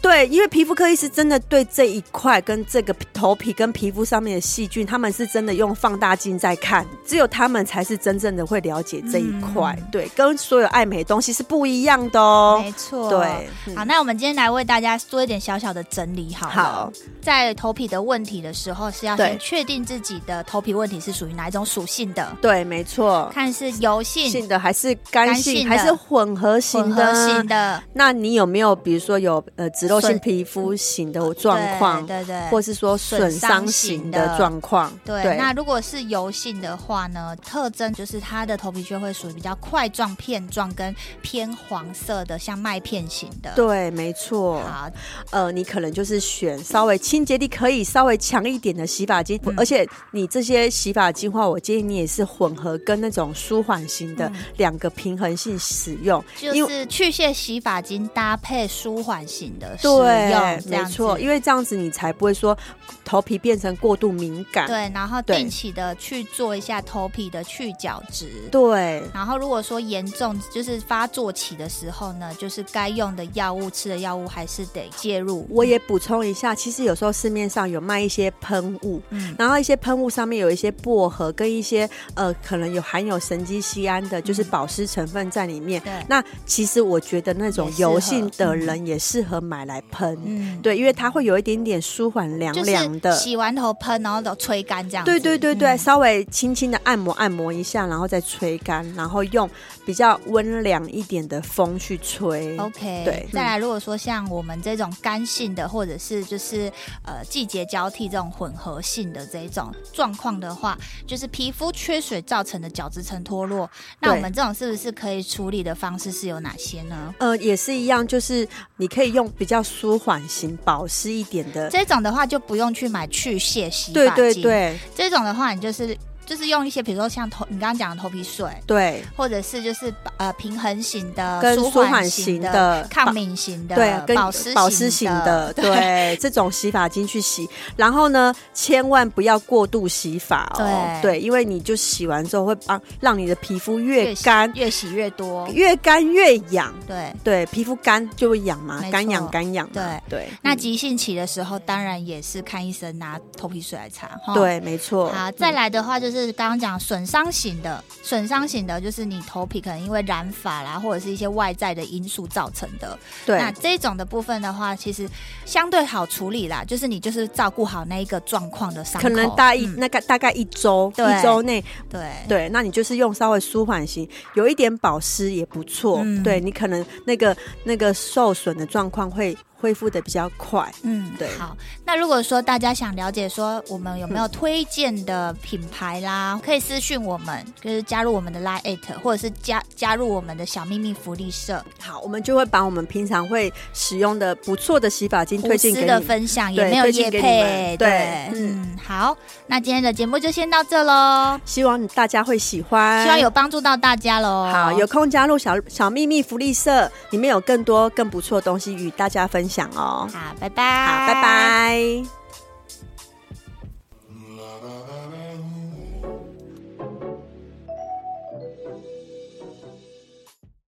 [SPEAKER 2] 对，因为皮肤科医师真的对这一块跟这个头皮跟皮肤上面的细菌，他们是真的用放大镜在看，只有他们才是真正的会了解这一块。
[SPEAKER 1] 嗯
[SPEAKER 2] 对，跟所有爱美的东西是不一样的哦。
[SPEAKER 1] 没错，
[SPEAKER 2] 对，嗯
[SPEAKER 1] 好，那我们今天来为大家做一点小小的整理好，
[SPEAKER 2] 好，
[SPEAKER 1] 在头皮的问题的时候，是要
[SPEAKER 2] 对
[SPEAKER 1] 先确定自己的头皮问题是属于哪一种属性的，
[SPEAKER 2] 对，没错，
[SPEAKER 1] 看是油性、
[SPEAKER 2] 性的还是干
[SPEAKER 1] 干
[SPEAKER 2] 性
[SPEAKER 1] 性的
[SPEAKER 2] 还是混合型
[SPEAKER 1] 混
[SPEAKER 2] 的？
[SPEAKER 1] 合型的
[SPEAKER 2] 那你有没有比如说有呃脂漏性
[SPEAKER 1] 损嗯
[SPEAKER 2] 皮肤型的状况，
[SPEAKER 1] 对对对，
[SPEAKER 2] 或是说损伤
[SPEAKER 1] 损伤
[SPEAKER 2] 型
[SPEAKER 1] 型
[SPEAKER 2] 的
[SPEAKER 1] 的
[SPEAKER 2] 状况？
[SPEAKER 1] 对，那如果是油性的话呢，特征就是它的头皮屑会属于比较块状、片状跟偏黄色的，像麦片型的。，
[SPEAKER 2] 对，没错。
[SPEAKER 1] 好，
[SPEAKER 2] 呃，你可能就是选稍微清洁力可以稍微强一点的洗发精，
[SPEAKER 1] 嗯
[SPEAKER 2] 而且你这些洗发精的话，我建议你也是混合跟那种舒缓型的
[SPEAKER 1] 嗯
[SPEAKER 2] 两个平衡性使用。因
[SPEAKER 1] 就
[SPEAKER 2] 为
[SPEAKER 1] 是去屑洗发精搭配舒缓型的使
[SPEAKER 2] 对
[SPEAKER 1] 用，，这
[SPEAKER 2] 没
[SPEAKER 1] 样子
[SPEAKER 2] 错，因为这样子你才不会说头皮变成过度敏感。
[SPEAKER 1] 对，然后
[SPEAKER 2] 对
[SPEAKER 1] 定期的去做一下头皮的去角质。
[SPEAKER 2] 对
[SPEAKER 1] 然后，如果说严重就是发作期的时候呢，就是该用的药物、吃的药物还是得介入。
[SPEAKER 2] 我也补充一下，其实有时候市面上有卖一些喷雾，
[SPEAKER 1] 嗯，
[SPEAKER 2] 然后一些喷雾上面有一些薄荷跟一些呃，可能有含有神经酰胺的，就是保湿成分在里面。
[SPEAKER 1] 嗯对，
[SPEAKER 2] 那其实我觉得那种
[SPEAKER 1] 也适合
[SPEAKER 2] 油性的人也适合买来喷。
[SPEAKER 1] 嗯，
[SPEAKER 2] 对，因为它会有一点点舒缓凉凉的
[SPEAKER 1] 就是、，洗完头喷，然后都吹干这样子。
[SPEAKER 2] 对对对对，
[SPEAKER 1] 嗯
[SPEAKER 2] 稍微轻轻的按摩按摩一下，然后再吹干，然后用比较温凉一点的风去吹。
[SPEAKER 1] OK，
[SPEAKER 2] 对嗯
[SPEAKER 1] 再来，如果说像我们这种干性的，或者是就是呃季节交替这种混合性的这种状况的话，就是皮肤缺水造成的角质层脱落，那
[SPEAKER 2] 对
[SPEAKER 1] 我们这种是不是可以处理的方式是有哪些呢？
[SPEAKER 2] 呃，也是一样，就是你可以用比较舒缓型、保湿一点的，
[SPEAKER 1] 这种的话就不用去买去屑洗
[SPEAKER 2] 对
[SPEAKER 1] 发
[SPEAKER 2] 对
[SPEAKER 1] 精，
[SPEAKER 2] 对
[SPEAKER 1] 这种的话你就是就是用一些，比如说像头你刚刚讲的头皮水，
[SPEAKER 2] 对，
[SPEAKER 1] 或者是就是呃平衡型的、
[SPEAKER 2] 跟舒缓
[SPEAKER 1] 呃缓
[SPEAKER 2] 型
[SPEAKER 1] 的、
[SPEAKER 2] 的
[SPEAKER 1] 抗敏型的、
[SPEAKER 2] 对，跟
[SPEAKER 1] 保湿
[SPEAKER 2] 保湿型 的，对，这种洗发精去洗，然后呢，千万不要过度洗发哦，
[SPEAKER 1] 对
[SPEAKER 2] 对，因为你就洗完之后会帮让你的皮肤越
[SPEAKER 1] 越洗
[SPEAKER 2] 干
[SPEAKER 1] 越洗越多，
[SPEAKER 2] 越干越痒，
[SPEAKER 1] 对。
[SPEAKER 2] 对，皮肤干就会痒嘛
[SPEAKER 1] 没，
[SPEAKER 2] 干痒
[SPEAKER 1] 错
[SPEAKER 2] 干痒嘛，对，
[SPEAKER 1] 那
[SPEAKER 2] 嗯
[SPEAKER 1] 急性期的时候，当然也是看医生拿头皮水来擦。哈。
[SPEAKER 2] 对，嗯没错，
[SPEAKER 1] 好，再来的话就是刚刚讲损伤型的，损伤型的就是你头皮可能因为染发啦，或者是一些外在的因素造成的。
[SPEAKER 2] 嗯对
[SPEAKER 1] 那这种的部分的话，其实相对好处理啦，就是你就是照顾好那一个状况的伤口。
[SPEAKER 2] 可能大一、
[SPEAKER 1] 嗯
[SPEAKER 2] 那个大概一周，
[SPEAKER 1] 对
[SPEAKER 2] 一周内，
[SPEAKER 1] 对
[SPEAKER 2] 对，那你就是用稍微舒缓型，有一点保湿也不错。
[SPEAKER 1] 嗯
[SPEAKER 2] 对你可能那个那个受损的状况会恢复的比较快。
[SPEAKER 1] 嗯，
[SPEAKER 2] 对
[SPEAKER 1] 好，那如果说大家想了解说我们有没有推荐的品牌 啦，可以私讯我们，就是加入我们的 Line at，或者是加加入我们的小秘密福利社，
[SPEAKER 2] 好，我们就会把我们平常会使用的不错的洗发精嗯推
[SPEAKER 1] 无
[SPEAKER 2] 荐
[SPEAKER 1] 私
[SPEAKER 2] 给
[SPEAKER 1] 的
[SPEAKER 2] 你。
[SPEAKER 1] 分享，
[SPEAKER 2] 对
[SPEAKER 1] 也没有
[SPEAKER 2] 推荐
[SPEAKER 1] 业
[SPEAKER 2] 给你
[SPEAKER 1] 配，
[SPEAKER 2] 们对嗯
[SPEAKER 1] 嗯，好，那今天的节目就先到这喽，
[SPEAKER 2] 希望大家会喜欢，
[SPEAKER 1] 希望有帮助到大家喽。
[SPEAKER 2] 好有空加入小小秘密福利社，里面有更多更不错的东西与大家分享哦。
[SPEAKER 1] 好，拜拜，
[SPEAKER 2] 好，拜。拜。